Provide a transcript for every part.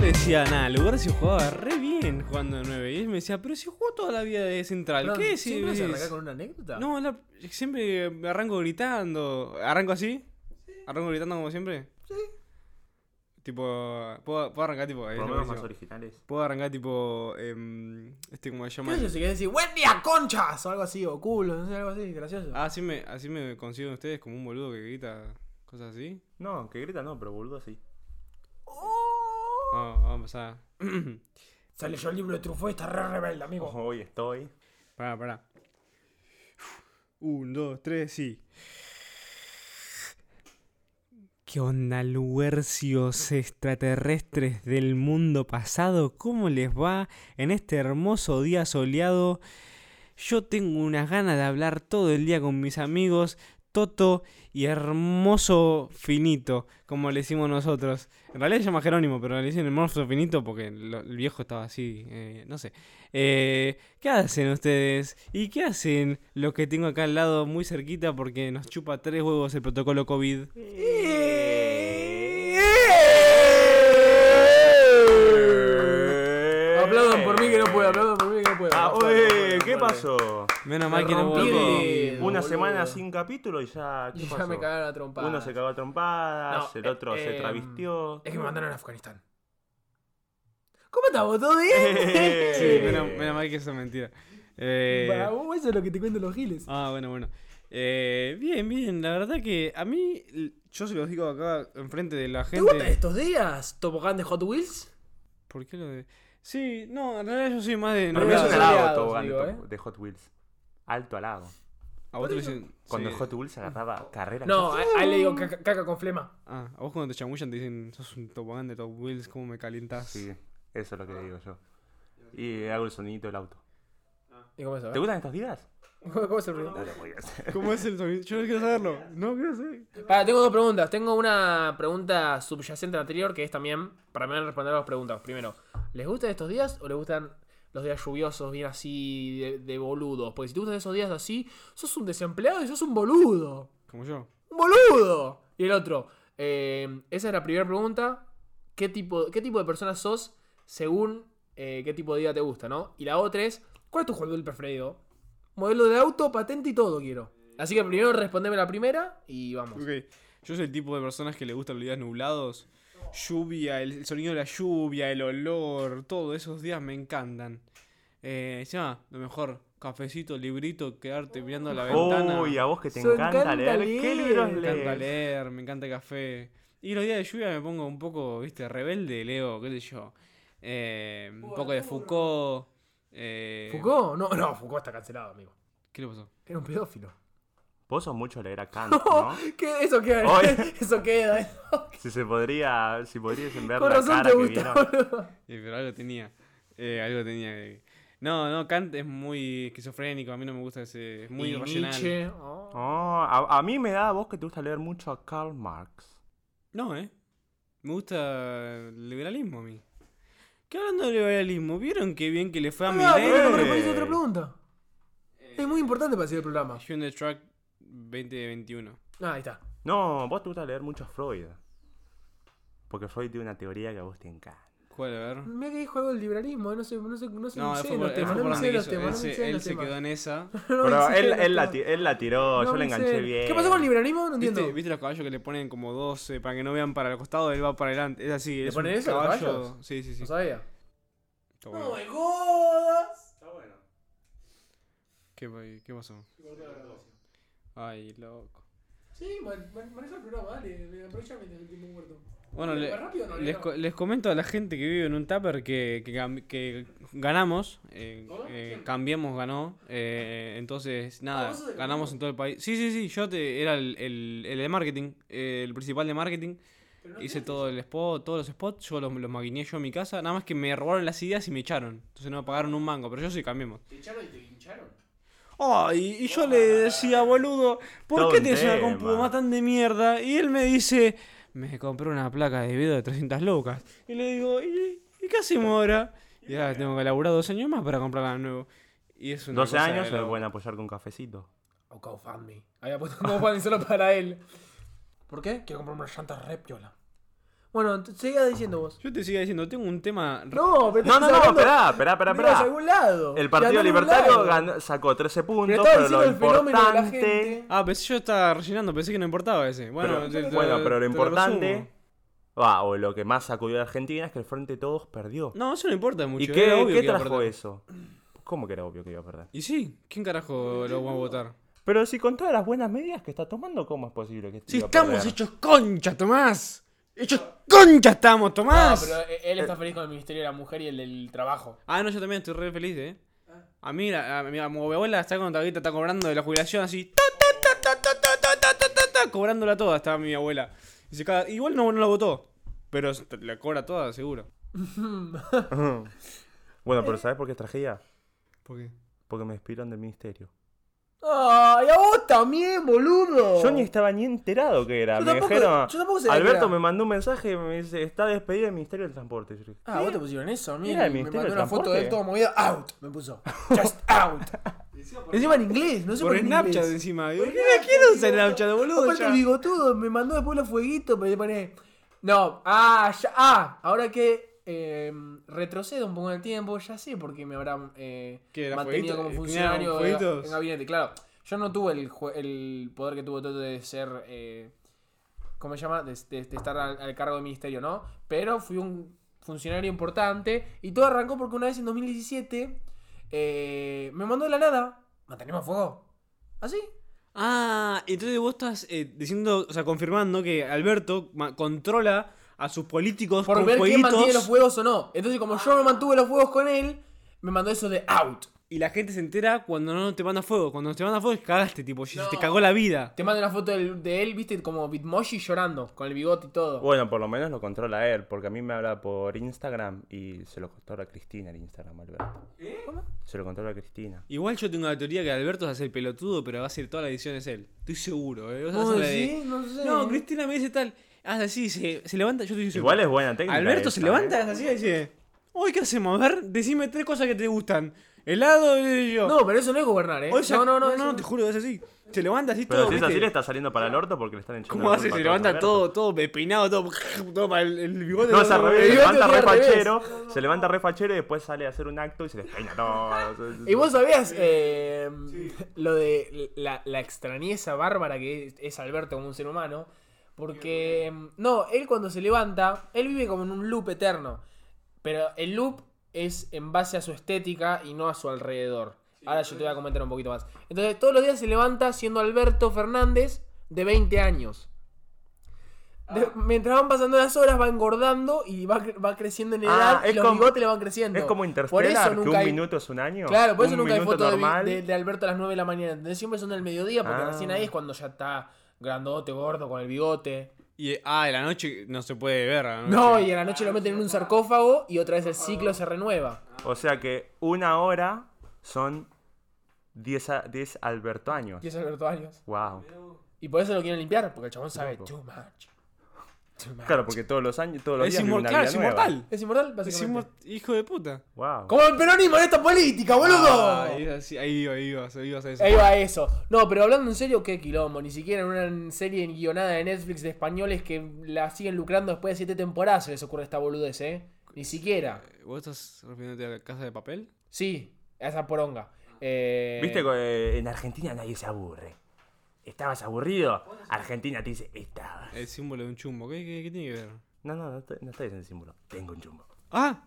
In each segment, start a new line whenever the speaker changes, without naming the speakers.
decía nada, Lugarcio jugaba re bien jugando de 9. Y él me decía, pero si jugó toda la vida de central,
Perdón,
¿qué
¿siempre vas
decís?
a arrancar con una anécdota?
No, la- siempre me arranco gritando. ¿Arranco así? ¿Arranco gritando como siempre? Sí. Tipo, puedo, puedo arrancar tipo. eh, ahí
Por lo
está
menos más
buenísimo.
originales.
Puedo arrancar tipo. em, este como se llama.
Creo que si querés decir, buen día, conchas, o algo así, o culo, no sé, algo así, gracioso.
Ah, así me, así me consiguen ustedes como un boludo que grita cosas así.
No, que grita no, pero boludo sí.
Ah.
Vamos, vamos a empezar.
Oh. Se leyó el libro de Truffaut y está re rebelde, amigo.
Hoy estoy.
Pará, pará. Un, dos, tres, sí. ¿Qué onda, luercios extraterrestres del mundo pasado? ¿Cómo les va en este hermoso día soleado? Yo tengo unas ganas de hablar todo el día con mis amigos Toto y hermoso finito, como le decimos nosotros. En realidad se llama Jerónimo, pero le dicen hermoso finito porque lo- el viejo estaba así, eh, no sé. Eh, ¿Qué hacen ustedes? ¿Y qué hacen los que tengo acá al lado muy cerquita porque nos chupa tres huevos el protocolo COVID?
Aplaudan por mí que no puedo, aplaudan por mí que no puedo.
Eh. Ah,
Aplaudan,
uey,
aplaudan,
¿qué
aplaudan.
pasó?
Menos
Me
mal que no
rompí
hubo-
el-
Una
boludo.
semana sin capítulo y ya. ¿Qué
Y ya
pasó?
me cagaron a trompadas.
Uno se cagó a trompadas,
No,
el otro
eh,
se
em,
travistió.
Es que me mandaron a Afganistán. ¿Cómo estamos? ¿Todo bien?
Sí, menos, menos mal que eso es mentira. Eh,
Bravo, eso es lo que te cuentan los giles.
Ah, bueno, bueno. Eh, bien, bien. La verdad que a mí, l- yo se los digo acá enfrente de la
¿Te gustan
gente.
estos días? ¿Tobogán de Hot Wheels?
¿Por qué lo de.? Sí, no, en realidad yo soy más de.
Para
Pero
mí es
nublado.
un
no
halago
soleados,
tobogán de
digo, eh.
to- de Hot Wheels. Alto halago.
A vos te dicen.
Cuando
sí.
Hot Wheels agarraba carreras.
No, ahí, ahí le digo caca, caca con flema.
Ah, a vos cuando te chamullan te dicen, sos un tobogán de Top Wheels, ¿cómo me calientas?
Sí, eso es lo que digo yo. Y hago el sonidito del auto.
¿Y cómo es eso? ¿eh?
¿Te gustan estos días?
¿Cómo es el ruido?
No lo voy a hacer.
¿Cómo es el sonido? Yo no quiero saberlo. No quiero saber.
Pará, tengo dos preguntas. Tengo una pregunta subyacente a la anterior que es también para mí responder a dos preguntas. Primero, ¿les gustan estos días o les gustan los días lluviosos, bien así de, de boludos? Porque si te gustan esos días así, sos un desempleado y sos un boludo.
Como yo.
¡Un boludo! Y el otro, eh, esa es la primera pregunta. ¿Qué tipo, ¿Qué tipo de persona sos según eh, qué tipo de día te gusta, no? Y la otra es, ¿cuál es tu jugador preferido? Modelo de auto, patente y todo quiero. Así que primero respondeme la primera y vamos.
Ok. Yo soy el tipo de personas que le gustan los días nublados. Lluvia, el, el sonido de la lluvia, el olor, todos esos días me encantan. Eh, encima, lo mejor, cafecito, librito, quedarte mirando a la ventana.
Uy, a vos que te
Son
encanta
encanta
leer. ¿Qué
leer.
libros
me encanta
lees?
leer, me encanta el café. Y los días de lluvia me pongo un poco, viste, rebelde, leo, qué sé yo. Eh, un poco de Foucault. eh,
¿Foucault? No, no, Foucault está cancelado, amigo.
¿Qué le pasó?
Era un pedófilo.
Vos sos mucho leer a Kant, ¿no?
¿Qué? Eso queda,
Oye.
eso queda. eh.
Si se podría, si podrías enviar
Con
la
razón
cara
te
que
gusta,
vieron.
boludo.
Eh, pero algo tenía. Eh, algo tenía. eh. No, no, Kant es muy esquizofrénico. A mí no me gusta ese. Es muy
Y
irracional.
Nietzsche, oh.
Oh, a, a mí me da a vos que te gusta leer mucho a Karl Marx.
No, ¿eh? Me gusta el liberalismo a mí. ¿Qué hablando de liberalismo? ¿Vieron qué bien que le fue a
Ah, pero no
Milei?
respondiste otra pregunta. Es muy importante para seguir el programa.
Hyundai the Truck 2021.
Ah, ahí está.
No, vos te gusta leer mucho a Freud. Porque Freud tiene una teoría que a vos te encanta.
¿Cuál? A ver.
Mira que dijo algo del liberalismo, eh, no sé, no sé, no sé,
No,
no
él
sé
fue
los
por- él
temas,
fue
no
por
me
donde
sé los
quiso. Él
temas, no me
se-
sé
él
los
se
temas.
quedó en esa.
No me
Pero
sé
él,
los
él
temas.
la, ti- él la tiró,
No
yo la
me sé.
enganché bien.
¿Qué pasó con el liberalismo? No entiendo.
¿Viste, ¿Viste los caballos que le ponen como 12 para que no vean para el costado? Él va para adelante. Es así. ¿Le es
ponen
un
eso a los
caballo-
caballos?
Sí, sí, sí.
No sabía.
Está bueno.
me jodas.
¿Qué, pa- ¿Qué pasó? Ay, loco.
Sí, maneja el programa, dale, aprovecha mientras el tiempo muerto.
Bueno,
¿Pero
le-
más rápido o no,
les,
Leo?
co- les comento a la gente que vive en un tupper que, que, gam- que ganamos. eh,
¿Cómo?
eh,
¿Quién? Ah,
cambiamos, ganó. eh, entonces, nada,
vos sos del
ganamos
grupo.
en todo el país. Sí, sí, sí, yo te, era el, el, el de marketing, eh, el principal de marketing. Hice todo el spot, todos los spots, yo los, los maquineé yo en mi casa. Nada más que me robaron las ideas y me echaron. Entonces no me pagaron un mango, pero yo sí cambiamos.
¿Te echaron y te hincharon?
Ay, y yo le decía, boludo, ¿por
Todo
qué
un
te lleva una
tema.
compu más tan de mierda? Y él me dice, me compré una placa de video de 300 locas. Y le digo, ¿y, y qué hacemos ahora? Y ahora tengo que laburar dos años más para comprarla de nuevo. Y es una
12
cosa de
años se lo
loco.
pueden apoyar con cafecito.
O GoFundMe. Había puesto un GoFundMe solo para él. ¿Por qué? Quiero comprarme una llanta re piola. Bueno, t- seguías diciendo vos.
Yo te sigo diciendo, tengo un tema. re-
No, pero
No, no, no, esperá, esperá, esperá,
Mirás a
esperá.
algún lado.
El Partido
Ganó en un
Libertario
lado.
ganó- sacó 13
Pero
puntos,
estaba
pero
diciendo
lo
el fenómeno de la
importante...
gente.
Ah, pensé yo estaba rellenando, pensé que no importaba ese. Bueno,
Bueno,
te-
pero,
te-
bueno, pero lo
te
importante,
resumo.
va, o lo que más sacudió a Argentina es que el Frente de Todos perdió.
No, eso no importa mucho.
¿Y
era
qué,
obvio
qué
que iba a
trajo
perder.
eso? ¿Cómo que era obvio que iba a perder?
Y sí, ¿quién carajo lo va a votar?
Pero si con todas las buenas medidas que está tomando, ¿cómo es posible que
Si
iba a
estamos
perder?
hechos concha, Tomás. Hechos concha estamos,
No,
Tomás.
pero él está feliz con el Ministerio de la Mujer y el del Trabajo.
Ah, no, yo también estoy re feliz, eh. A mí, la- a mi, a mi abuela está con ahorita está cobrando de la jubilación así. ta, ta, ta, ta, ta, ta, ta, ta, ta, ta, cobrándola toda, estaba mi abuela. Y se caga- Igual no, no la votó. Pero se- la cobra toda, seguro.
Bueno, pero ¿sabes por qué es tragedia?
¿Por qué?
Porque me despidieron del ministerio.
¡Ay, a vos también, boludo!
Yo ni estaba ni enterado que era.
Yo
me
tampoco-
dijeron.
yo tampoco sabía que
Alberto
era.
me mandó un mensaje y me dice: Está despedido del Ministerio del Transporte. Yo dije,
Ah, vos te pusieron eso, a mí
Mira, el
me
Ministerio
mandó
del
una foto de él
Transporte.
todo movido. Out, me puso. Just out. Encima en inglés, no sé por
Por
qué.
Snapchat
inglés.
encima.
Por
¿Qué
Snapchat,
quiero usar
boludo.
Snapchat, boludo?
Aparte
ya?
el bigotudo me mandó después los fueguitos, me pone. No, ah, ya, ah, ahora que eh, retrocedo un poco en el tiempo, ya sé por qué me habrán eh,
¿Qué, era
mantenido
fueguito?
como
¿Que eran
funcionario
fueguitos?
en gabinete. Claro, yo no tuve el, jue- el poder que tuvo Toto de ser. Eh, ¿Cómo se llama? De, de- de estar al, al cargo del ministerio, ¿no? Pero fui un funcionario importante y todo arrancó porque una vez en 2017 eh, me mandó de la nada. ¿Mantenemos fuego? ¿Así?
Ah, entonces vos estás eh, diciendo, o sea, confirmando que Alberto ma- controla a sus políticos
por
con
ver quién mantiene
jueguitos
los fuegos o no. Entonces, como yo me mantuve los fuegos con él, me mandó eso de out.
y la gente se entera cuando no te manda fuego. Cuando te manda fuego, cagaste, tipo, te cagó la vida.
Te manda una foto del- de él, viste, como Bitmoshi llorando, con el bigote y todo.
Bueno, por lo menos lo controla él, porque a mí me habla por Instagram y se lo controla Cristina el Instagram, Alberto.
¿Cómo?
Se lo controla Cristina.
Igual yo tengo la teoría que Alberto va a ser pelotudo, pero va a ser toda la edición es él. Estoy seguro, ¿eh? Vas a
¿Vos
hacer la
decís? ¿Ah, No sé.
No, Cristina me dice tal. Haz así, se, se levanta. Yo estoy
Igual es buena técnica.
Alberto se
esa,
levanta
¿eh?
hace así y dice: Hoy, ¿qué hacemos? A ver, decime tres cosas que te gustan: helado y yo.
No, pero eso no es gobernar, ¿eh?
Hoy sac-
no, no, no,
no,
eso
te juro, es así. Se levanta así
Pero
todo.
si es así,
¿viste?
le está saliendo para el orto porque le están echando.
¿Cómo
la
hace?
culpa
Se
a todos,
levanta
Alberto.
todo, todo pepinado, todo, todo para el, el bigote.
No, es al revés,
El
se
bigote
levanta
tiene
re
al revés.
fachero, se levanta re fachero y después sale a hacer un acto y se despeina todo.
Y vos sabías eh, lo de la, la extrañeza bárbara que es, es Alberto como un ser humano. Porque, mm, no, él cuando se levanta, él vive como en un loop eterno. Pero el loop es en base a su estética y no a su alrededor. Ahora yo te voy a comentar un poquito más. Entonces, todos los días se levanta siendo Alberto Fernández de 20 años. De- mientras van pasando las horas, va engordando y va, cre- va creciendo en edad.
Ah,
y
es
los
como-
bigotes le van creciendo.
Es como
Por eso
Interstellar, que un
nunca hay-
minuto es un año.
Claro, por eso
un
nunca hay
minuto
fotos de,
normal.
de- de Alberto a las 9 de la mañana. ¿entendés? Siempre son del mediodía, porque
Ah.
recién ahí es cuando ya está grandote, gordo, con el bigote.
Y, ah, en la noche no se puede ver. a la noche.
No, y a la noche lo meten en un sarcófago y otra vez el ciclo se renueva.
O sea que una hora son 10 a- 10 Alberto años.
Y es Alberto años.
Wow.
Y por eso lo quieren limpiar, porque el chabón sabe too much. Too much.
Claro, porque todos los años, todos los
Es
días vive una
inmortal,
vida
es
nueva.
inmortal.
Es inmortal,
Es
básicamente.
inmor- hijo de puta.
Wow.
Como el peronismo en esta política, boludo.
Ah, ahí, así- ahí ibas, ahí ibas, ahí ibas a eso.
Ahí va eso. No, pero hablando en serio, qué quilombo. Ni siquiera en una serie guionada de Netflix de españoles que la siguen lucrando después de siete temporadas se les ocurre esta boludez, ¿eh? Ni siquiera.
Eh, ¿Vos estás refiriéndote a la casa de papel?
Sí, a esa poronga. Eh,
Viste que en Argentina nadie se aburre. ¿Estabas aburrido? Argentina te dice, estabas.
El símbolo de un chumbo. ¿Qué, qué- qué tiene que ver?
No, no, no, estoy- no estoy diciendo símbolo. Tengo un chumbo.
Ah.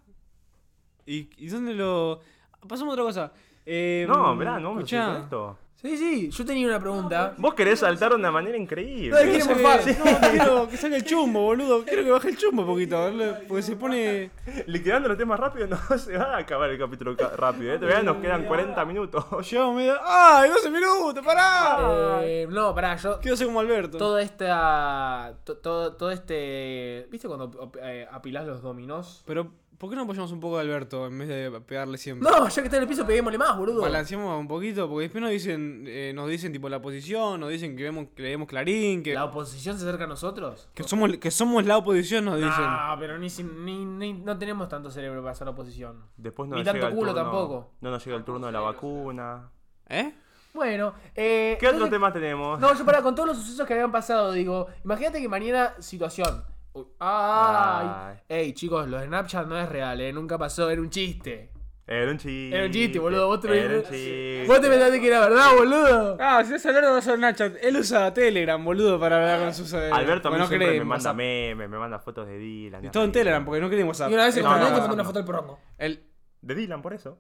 ¿Y, y dónde lo...? Pasamos a otra cosa.
Mm,
Eh,
No, mirá, no vamos a seguir
escuchá.
con esto.
Sí, sí, yo tenía una pregunta.
Vos querés saltar de una manera increíble.
No, es que-
Quiero
Quiere
que- No, quiero que salga el chumbo, boludo. Quiero que baje el chumbo un poquito. boludo, Porque se pone...
Liquidando los temas rápido no se va a acabar el capítulo ca- rápido, ¿eh? Todavía nos quedan 40 minutos.
Llevamos medio... ¡Ay, 12 minutos! ¡Pará!
Eh, no, pará, yo.
Quiero ser como Alberto.
Toda esta. to- todo, todo este. ¿Viste cuando op- eh, apilás los dominós?
Pero, ¿por qué no apoyamos un poco a Alberto en vez de pegarle siempre?
No, ya que está en el piso, peguémosle más, boludo.
Balanceamos un poquito, porque después nos dicen, eh, nos dicen tipo la posición, nos dicen que vemos, que leemos clarín, que,
¿La oposición se acerca a nosotros?
que somos, que somos la oposición, nos dicen.
No, pero ni, si- ni- ni- no tenemos tanto cerebro para hacer oposición.
Después no
Ni
nos
tanto
llega el
culo
turno-
tampoco.
No nos llega el turno de la vacuna.
¿Eh?
Bueno, eh.
¿Qué otros
entonces-
temas tenemos?
No, yo para con todos los sucesos que habían pasado, digo, imagínate que mañana situación. Uy, ¡Ay!
Ay.
Ey, chicos, lo de Snapchat no es real, ¿eh? Nunca pasó, era un chiste.
Era un chiste.
Era un chiste, boludo. Vos te,
Era un chiste.
¿Vos te pensaste que era verdad, boludo.
Ah, si es Alberto, no son Snapchat. Él usa Telegram, boludo, para hablar con sus. eh,
Alberto a
porque
mí
no cree
siempre me
en
manda
WhatsApp.
memes, me manda fotos de Dylan.
Y
me
todo
hace
en Telegram, porque no cree en WhatsApp.
Y una vez
Eh,
en
No,
internet
no,
te
no,
mandó una
no.
foto del porongo.
el-
De Dylan, por eso.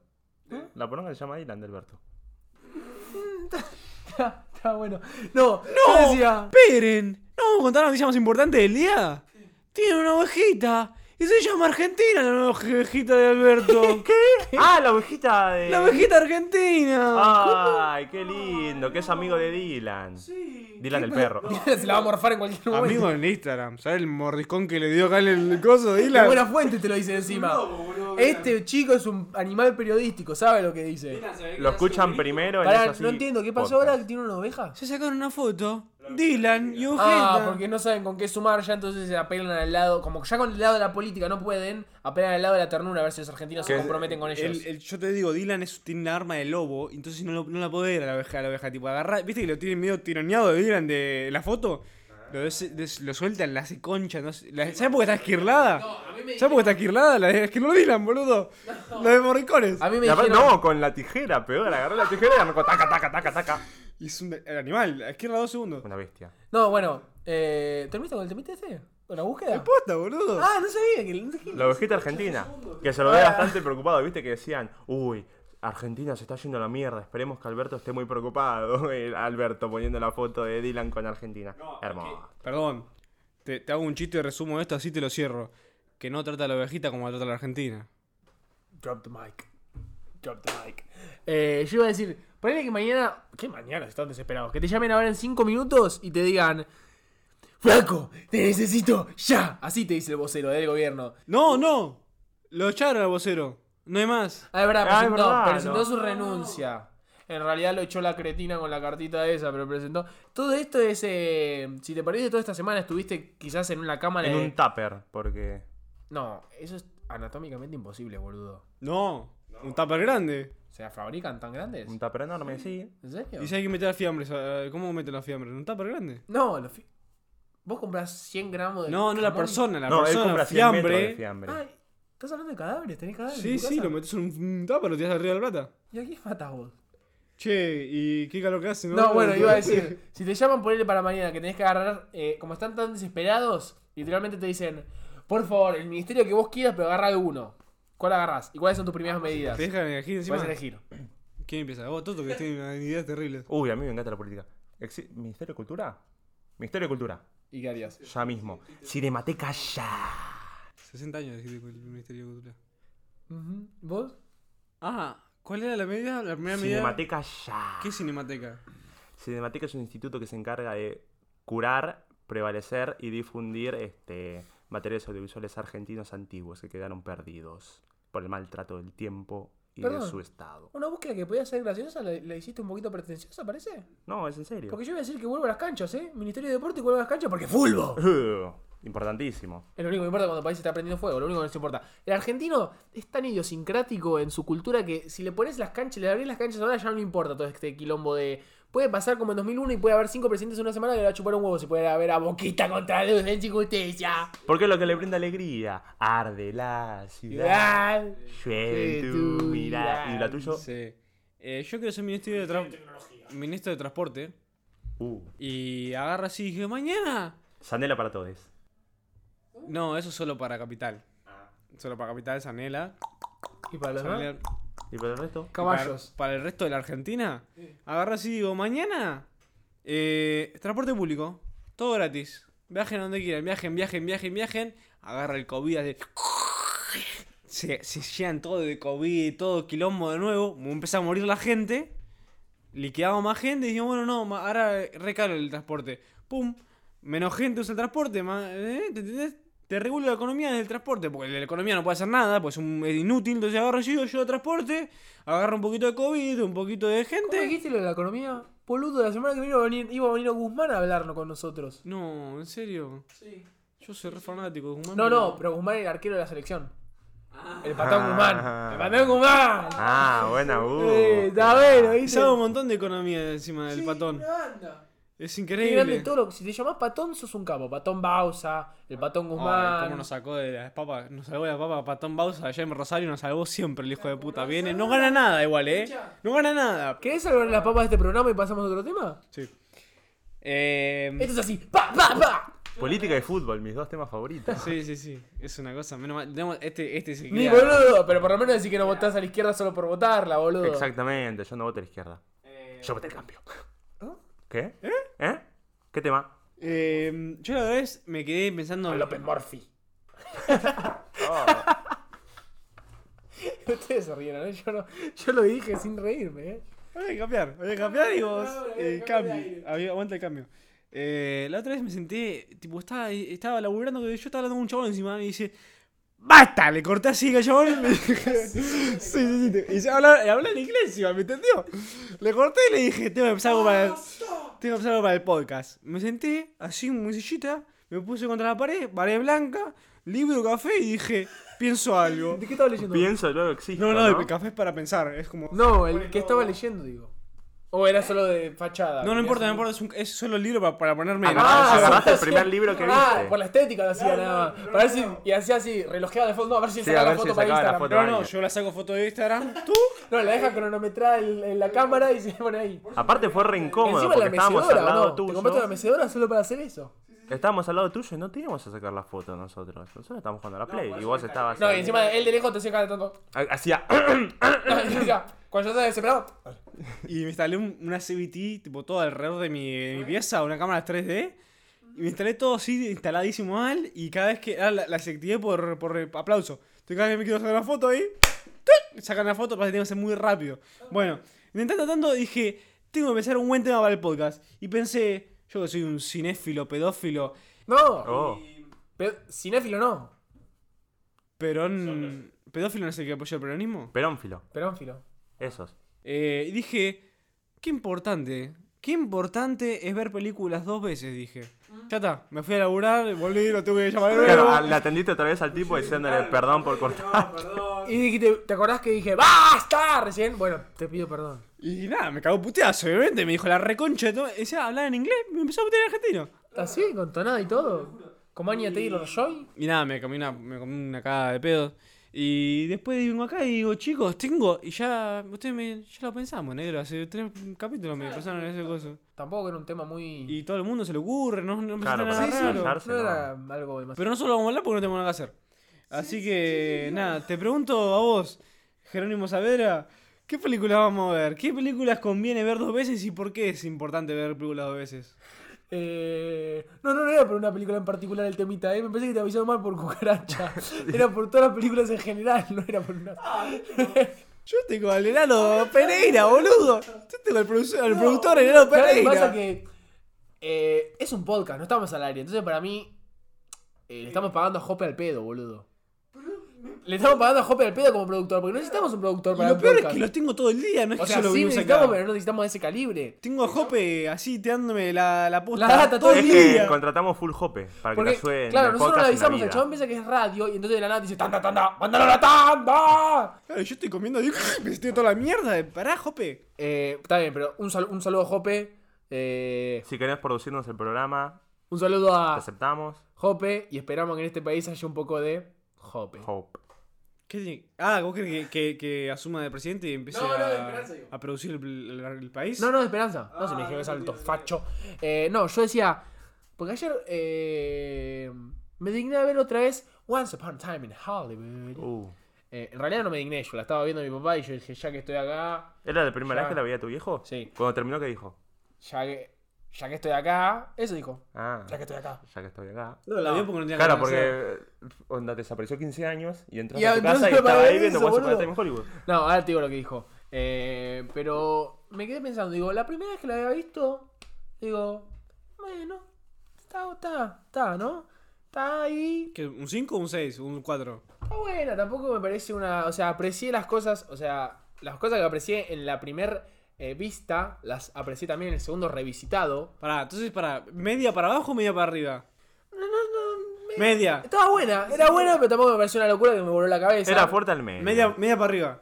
¿Eh?
Eh, La poronga se llama Dylan de Alberto.
Está está bueno. No,
¡No!
yo decía.
¡Esperen! ¿No vamos a contar la noticia más importante del día? Tiene una ovejita. Y se llama Argentina la nueva ovejita de Alberto. ¿Qué?
¡Ah, la ovejita de.
¡La ovejita
Ah,
argentina!
¡Ay, qué lindo! Que es amigo de Dylan. Dylan el perro.
Se la va a morfar en cualquier momento.
Amigo en Instagram, ¿sabes el mordiscón que le dio acá en el coso?
Qué
Dylan?
buena fuente te lo dice encima. este chico es un animal periodístico, sabe lo que dice.
Lo escuchan primero en
Pará,
eso sí,
no entiendo, ¿qué pasó
podcast.
ahora que tiene una oveja?
Se sacaron una foto. Dylan y ovejita.
Ah, porque no saben con qué sumar, ya entonces se apelan al lado, como ya con el lado de la política no pueden, apelan al lado de la ternura a ver si los argentinos se
Que es-
comprometen con ellos.
El- el- yo te digo, Dylan es, tiene una arma de lobo, entonces no, lo- no la podés dar a la oveja, a la oveja. Tipo, agarrar ¿viste que lo tiene medio tironeado de Dylan de la foto?
Ah.
Lo, des- des- lo sueltan, la hace concha. No sé- la- ¿Sabes por qué está esquirlada? ¿Sabes por qué está esquirlada? La de esquirló Dylan, boludo. La de morricones.
A mí me
Y aparte,
dijeron,
no, con la tijera, peor. Agarró la tijera y arrancó taca, taca, taca, taca.
Y es un el animal, la esquirla dos segundos.
Una bestia.
no, bueno, eh, ¿terminaste con el temita ese? ¿Con la búsqueda?
Posta, boludo.
Ah, no sabía que no sabía.
La ovejita argentina, que se lo ve bastante preocupado, viste que decían, uy, Argentina se está yendo a la mierda, esperemos que Alberto esté muy preocupado. El Alberto poniendo la foto de Dylan con Argentina. Hermoso.
Perdón. Te, te hago un chiste y resumo esto, así te lo cierro. Que no trata a la ovejita como la trata la Argentina.
Drop the mic. Drop the mic. Eh, yo iba a decir, ponele que mañana. ¿Qué mañana? Están desesperados. Que te llamen ahora en 5 minutos y te digan. Flaco, te necesito ya. Así te dice el vocero del gobierno.
No, no. Lo echaron al vocero. No hay más.
Ah, es verdad,
Ah, es
presentó,
verdad,
presentó
no.
su renuncia. En realidad lo echó la cretina con la cartita esa, pero presentó. Todo esto es. eh, si te perdiste toda esta semana, estuviste quizás en una cámara.
En
de-
un tupper, porque...
No, eso es anatómicamente imposible, boludo.
No, un tupper grande.
O sea, fabrican tan grandes.
Un tupper enorme, sí.
¿En serio?
Y si hay que meter a fiambres, eh, ¿cómo meten la fiambre? ¿En un tupper grande?
No, lo fi- vos comprás 100 gramos de.
No, no la
jamón y-
persona, la
No, él
persona.
compra 100 metros de
Fiambre.
fiambre.
Ah, ¿estás hablando de cadáveres? ¿Tenés cadáveres? en
Sí,
tu
sí,
casa?
lo metes en un tupper, lo tiras arriba de la plata.
¿Y aquí matas vos?
Che, ¿y qué calor que hace?
No, bueno, iba a decir, si te llaman ponele para mañana que tenés que agarrar, eh, como están tan desesperados, literalmente te dicen, por favor, el ministerio que vos quieras, pero agarra alguno. ¿Cuál agarrás? ¿Y cuáles son tus primeras medidas?
¿Te dejan elegir
Puedes
encima?
elegir.
¿Quién empieza? Vos, Toto, que tiene unas ideas terribles.
Uy, a mí me encanta la política. Exi- ¿Ministerio de Cultura? Ministerio de Cultura,
¿Y qué harías?
ya mismo. Cinemateca ya.
60 años dijiste con el Ministerio de Cultura.
Ujú. ¿Vos?
Ah, ¿cuál era la medida? La primera medida.
Cinemateca ya.
¿Qué cinemateca?
Cinemateca es un instituto que se encarga de curar, prevalecer y difundir este, materiales audiovisuales argentinos antiguos que quedaron perdidos por el maltrato del tiempo y de
Perdón.
su estado.
Una búsqueda que podía ser graciosa, la, la hiciste un poquito pretenciosa, parece.
No, es en serio.
Porque yo iba a decir que vuelvo a las canchas, ¿eh? Ministerio de Deporte y vuelvo a las canchas porque fulbo.
Uh, importantísimo.
Es lo único que importa cuando el país está prendiendo fuego, lo único que nos importa. El argentino es tan idiosincrático en su cultura que si le pones las canchas, le abrís las canchas ahora ya no le importa todo este quilombo de. Puede pasar como en 2001 y puede haber cinco presidentes en una semana que le va a chupar un huevo si puede haber a Boquita contra la en justicia.
Porque es lo que le brinda alegría. Arde la ciudad.
Ciudad.
Llueve en
tu
tu mirada. ¿Y la
mirada.
tuyo?
Sí. Eh, yo quiero ser ministro de, Tran- ministro de Transporte.
Uh,
Y agarra así y dije, mañana.
Sanela para todos.
No, eso solo para Capital.
Ah.
Solo para Capital, Sanela.
Y para los demás,
Sanela.
¿Y por el resto?
caballos.
Para, para el resto de la Argentina. Agarra así y digo, mañana. eh, transporte público. Todo gratis. Viajen a donde quieran. Viajen, viajen, viajen, viajen. Agarra el COVID. hace- Se, se llenan todo de COVID, todo quilombo de nuevo. Empieza a morir la gente. Liquidamos más gente. Y dijimos, bueno, no, ma- ahora recaro el transporte. Pum. Menos gente usa el transporte. ma- ¿eh? ¿Te entendés? Te regula la economía del transporte, porque la economía no puede hacer nada, pues es, un- es inútil. Entonces agarro yo, yo de transporte, agarro un poquito de COVID, un poquito de gente.
¿Cómo dijiste lo de la economía? Boludo, la semana que viene iba a venir, iba a venir Guzmán a hablarnos con nosotros.
No, en serio.
Sí.
Yo soy re fanático. Guzmán,
No,
pero-
no, pero Guzmán era el arquero de la selección. El patán Guzmán.
Ah.
El patán Guzmán.
Ah, buena, uh.
Eh, está bueno,
Y
¿viste?
sabe un montón de economía encima del patón. Es
Qué grande
increíble.
todo lo- Si te llamás Patón, sos un capo. Patón Bausa, el Patón
Ay,
Guzmán.
cómo nos sacó de las papas, nos salvó de las papas Patón Bausa, allá en Rosario nos salvó siempre el hijo de puta. Viene, no gana nada igual, eh. No gana nada.
¿Querés salvar las papas de este programa y pasamos a otro tema?
Sí. Eh,
Esto es así. ¡Pa, pa, pa!
Política y fútbol, mis dos temas favoritos.
sí, sí, sí. Es una cosa. Menos mal. tenemos- Este, este se
Ni
queda-
boludo, pero por lo menos decir que no votás a la izquierda solo por votarla, boludo.
Exactamente, yo no voto a la izquierda.
Eh,
Yo voté el cambio.
¿Ah?
¿Qué? ¿Eh? ¿Qué tema?
Eh, yo la vez me quedé pensando.
López Murphy.
Oh,
Ustedes se rieron, ¿eh? yo, no, yo lo dije sin reírme. ¿eh?
Voy a cambiar, voy a cambiar y vos.
No, no, no,
eh,
cambio de
cambio.
aire.
Había- Aguanta el cambio. Eh, la otra vez me senté, tipo, estaba, estaba laburando, que yo estaba hablando con un chabón encima y dice. ¡Basta! Le corté así al chabón. Me- sí, sí, sí. te- Y se habla, y habla en inglés, iba, ¿me entendió? Le corté y le dije, tengo que pensar algo para el, tengo que pensar algo para el podcast. Me senté, así en mi sillita, me puse contra la pared, pared blanca, libro, café y dije, pienso algo.
¿De qué estaba leyendo?
pienso, luego existo.
No,
No,
no, el café es para pensar, es como.
No, el que estaba leyendo, digo. O era solo de fachada.
No, no importa, no importa, es, un- es solo el libro para, para ponerme.
Ah,
¿no?
Ah,
O sea,
agarraste el
sí.
primer libro que
Ah,
viste.
por la estética lo hacía nada más. Para ver si, y hacía así, relojeaba de fondo, a ver si
Sí,
sacaba
a
la
ver si
foto para
sacaba la
Instagram.
foto.
No, no, yo la saco foto de Instagram. ¿Tú?
No, la deja cronometrada en, en la cámara y se pone ahí.
Aparte fue re incómodo
Encima
porque
la
estábamos
mecedora,
al
¿o
lado
no? ¿Te
tuyo.
compraste una mecedora solo para hacer eso?
Estábamos al lado tuyo y no te íbamos a sacar la foto nosotros. Nosotros estábamos jugando a la Play y vos estabas.
No, y
ahí.
encima él de lejos te seca de tanto.
Hacía.
Decía, Cuando yo estaba desesperado,
Y me instalé un- una CBT, tipo todo alrededor de mi, de mi pieza, una cámara 3D. Y me instalé todo así, instaladísimo mal. Y cada vez que. ah, la, la desactivé por, por eh, aplauso. Entonces, cada vez que me quiero sacar una foto ahí. ¡tuc! Sacan la foto, parece que tengo que ser muy rápido. Bueno, intentando tanto dije: Tengo que pensar un buen tema para el podcast. Y pensé: Yo que soy un cinéfilo, pedófilo.
no.
Oh,
Pero, cinéfilo no,
Perón. ¿Pedófilo no es el que apoyó el peronismo?
perónfilo.
perónfilo.
Esos.
Eh, y dije, qué importante, qué importante es ver películas dos veces, dije. Ya está, me fui a laburar, volví, lo tuve que llamar de nuevo.
Claro, a- le atendiste otra vez al tipo diciéndole perdón por cortar.
Y dijiste, ¿te acordás que dije, ¡basta! Recién, bueno, te pido perdón.
Y nada, me cagó puteazo, obviamente, me dijo la reconcha de todo. Decía, hablaba en inglés, me empezó a putear en argentino.
¿Así? ¿Con tonada y todo? ¿Como Anya Taylor-Joy?
Y nada, me comí una, me comí una cagada de pedo. Y después vengo acá y digo, chicos, tengo. Y ya, ustedes me, ya lo pensamos, negro. Hace tres capítulos me pasaron ese coso.
Tampoco era un tema muy...
Y todo el mundo se le ocurre, no, no empezaron
Claro,
a
para
agarrar.
pues, Sí, sí,
Lanzarse,
no
¿no?
era algo demasiado...
Pero no solo vamos a hablar porque no tenemos nada que hacer. Así que, nada, te pregunto a vos, Jerónimo Saavedra, ¿qué películas vamos a ver? ¿Qué películas conviene ver dos veces y por qué es importante ver películas dos veces?
Eh, no, no, no era por una película en particular el temita, ¿eh? me parece que te avisaron mal por cucaracha. Era por todas las películas en general, no era por una.
Ah, Yo tengo al Enano Pereira, boludo. Yo tengo al productor, al productor Enano
Pero lo que
Pereira.
pasa que eh, es un podcast, no estamos al aire, entonces para mí eh, le estamos pagando a Jope al pedo, boludo. Le estamos pagando a Jope al pedo como productor, porque no necesitamos un productor
Y
para
lo
un
peor es
podcast.
que los tengo todo el día, no es
O
que
sea,
solo
sí
vivimos
necesitamos,
acá.
pero no necesitamos de ese calibre.
Tengo a Jope así teándome la, la posta
La data
todo
todo
el
Es
el
día.
que contratamos full hope para que
Porque,
nos suene.
claro,
el
nosotros le
podcast en la
avisamos, el
vida.
chabón piensa que es radio, y entonces de la nada dice, tanda, tanda, mándalo a la tanda.
Claro, yo estoy comiendo, digo, me estoy toda la mierda. de- Pará, Jope.
Eh, está bien, pero un, sal- un saludo a Jope. eh,
Si querés producirnos el programa,
un saludo
te
a
aceptamos.
Jope y esperamos que en este país haya un poco de Jope.
Hope.
¿Qué tiene- Ah, ¿vos querés que, que- que asuma de presidente y empiece
No, no, de
a,
esperanza, digo.
a producir el, el- el país?
No, no, de Esperanza. No se me dijo que es alto, facho. Eh, no, yo decía, porque ayer eh, me digné a ver otra vez Once Upon a Time in Hollywood.
Uh.
Eh, en realidad no me digné, yo la estaba viendo mi papá y yo dije, ya que estoy acá,
¿Era la
Ya.
primera vez que la veía tu viejo?
Sí.
Cuando terminó, ¿qué dijo?
ya que, ya que estoy acá, eso dijo,
Ah,
ya que estoy acá.
ya que estoy acá.
No, la vio porque no tenía
Claro,
nada que hacer.
porque eh, onda desapareció 15 años y entraste
Y
a tu
entonces
casa y
para
estaba
ver
ahí viendo
eso,
Once Upon a
boludo.
Time in Hollywood.
No, ahora te digo lo que dijo. Eh, pero me quedé pensando, digo, la primera vez que la había visto, digo, bueno, está, está, está, ¿no? Está ahí,
¿Qué, ¿Un 5 o un 6? ¿Un 4?
está buena, tampoco me parece una. O sea, aprecié las cosas, o sea, las cosas que aprecié en la primera vista, las aprecié también en el segundo revisitado.
Pará, entonces pará. ¿Media para abajo o media para arriba?
No, no, no. me-
Media.
Estaba buena, era buena, pero tampoco me pareció una locura que me voló la cabeza.
Era fuerte al medio.
Media, media para arriba.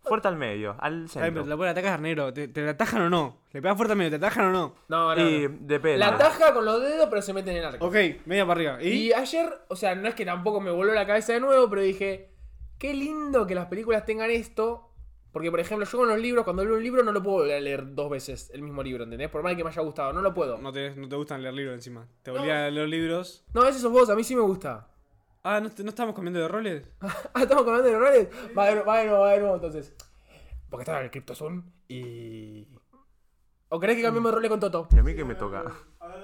Fuerte al medio,
Ay,
al
pero
centro.
te la pueden atacar, negro. ¿Te, te la atajan o no? ¿Le pegas fuerte al medio? ¿Te atajan o no?
No, no.
Y
no.
depende.
La ataja con los dedos, pero se mete en el arco.
Ok, media para arriba. ¿Y?
Y ayer, o sea, no es que tampoco me voló la cabeza de nuevo, pero dije, qué lindo que las películas tengan esto. Porque, por ejemplo, yo con los libros, cuando leo un libro, no lo puedo volver a leer dos veces el mismo libro, ¿entendés? Por mal que me haya gustado, no lo puedo.
No, te, no te gustan leer libros encima. Te volví a leer libros.
No, es esos vos, a mí sí me gusta.
Ah, ¿no, te- no estábamos cambiando de roles?
ah, estamos hablando de errores. Va de, nu- va de nuevo, va de nuevo, entonces. Porque estaba en el CryptoZone y. ¿O querés que cambiemos de roles con Toto?
Y a mí que me toca.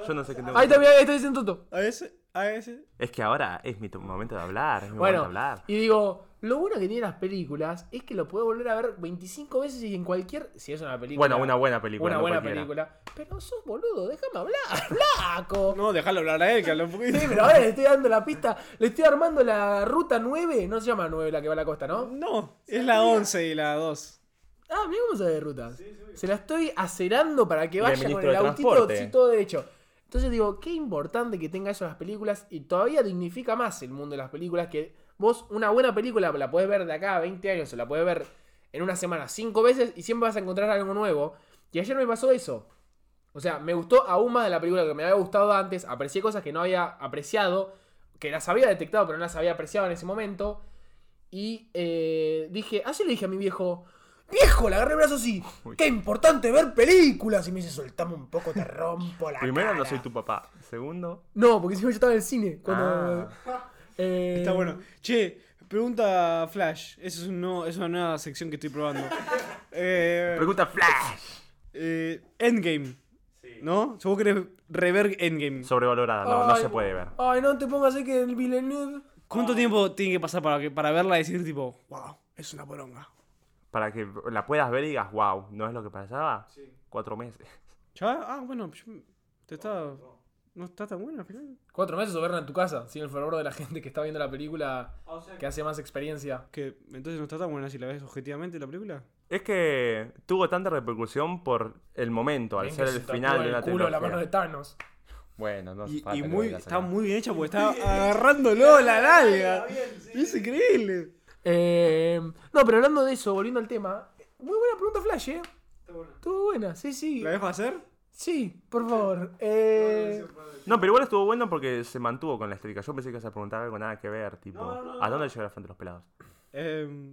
Yo no sé qué tengo
Ahí
que
también, ahí está diciendo Toto.
A veces, a veces.
Es que ahora es mi tu- momento de hablar. Es mi
Bueno,
momento de hablar.
y digo, lo bueno que tienen las películas es que lo puedo volver a ver 25 veces y en cualquier. Si es una película.
Bueno, una buena película.
Una
no
buena
cualquiera.
película. Pero sos boludo, déjame hablar, flaco.
No, dejalo hablar a él, que habló un poquito.
Sí, pero ahora le estoy dando la pista, le estoy armando la ruta 9. No se llama 9 la que va a la costa, ¿no?
No, es la 11 y la 2.
Ah, mira cómo sabe de rutas. Se la estoy acerando para que
el
vaya
ministro
con el
de
autito
Transporte.
sí, todo derecho. Entonces digo, qué importante que tenga eso las películas y todavía dignifica más el mundo de las películas que vos una buena película la podés ver de acá a 20 años o la podés ver en una semana cinco veces y siempre vas a encontrar algo nuevo. Y ayer me pasó eso. O sea, me gustó aún más de la película que me había gustado antes. Aprecié cosas que no había apreciado, que las había detectado, pero no las había apreciado en ese momento. Y eh, dije, ayer le dije a mi viejo, viejo, le agarré el brazo así.
Uy.
Qué importante ver películas. Y me dice, soltame un poco, te rompo la
Primero, no
cara".
soy tu papá. Segundo,
No, porque encima yo estaba en el cine. Cuando,
Ah.
eh,
Está bueno. Che, pregunta Flash. Eso es, un nuevo- es una nueva sección que estoy probando. Eh,
pregunta Flash.
eh, Endgame. ¿No? Si vos querés rever Endgame.
Sobrevalorada, no, no
Ay,
se puede ver.
Ay, no te pongas ahí que el Villeneuve...
¿Cuánto tiempo tiene que pasar para, que, para verla y decir, tipo, wow, es una poronga?
Para que la puedas ver y digas, wow, ¿no es lo que pasaba? Cuatro meses.
¿Ya? Ah, bueno, yo- te está. No está tan buena al final.
Cuatro meses o verla en tu casa, sin el favor de la gente que está viendo la película, que hace más experiencia.
Que entonces no está tan buena si la ves objetivamente la película.
Es que tuvo tanta repercusión por el momento, al
Bien
ser
que
el
se
final
tatuó
de
el
una
culo la mano de
trilogía.
Thanos.
Bueno, no hace
Y,
falta
y
que
muy,
lo digas
está
acá.
muy bien hecha porque está agarrándolo la larga. Es increíble.
Eh, no, pero hablando de eso, volviendo al tema, muy buena pregunta Flash, ¿eh? Estuvo buena, sí, sí.
¿La dejo hacer?
Sí, por favor. Eh,
No, pero igual estuvo bueno porque se mantuvo con la estética. Yo pensé que se preguntaba algo nada que ver, tipo, ¿a dónde llega la frente de los pelados?
Eh,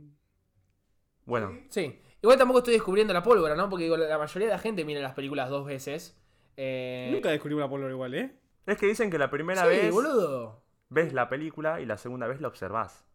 Bueno,
sí. Igual tampoco estoy descubriendo la pólvora, ¿no? Porque digo, la mayoría de la gente mira las películas dos veces. Eh,
nunca descubrimos la pólvora igual, ¿eh?
es que dicen que la primera
sí,
vez
boludo.
ves la película y la segunda vez la observás.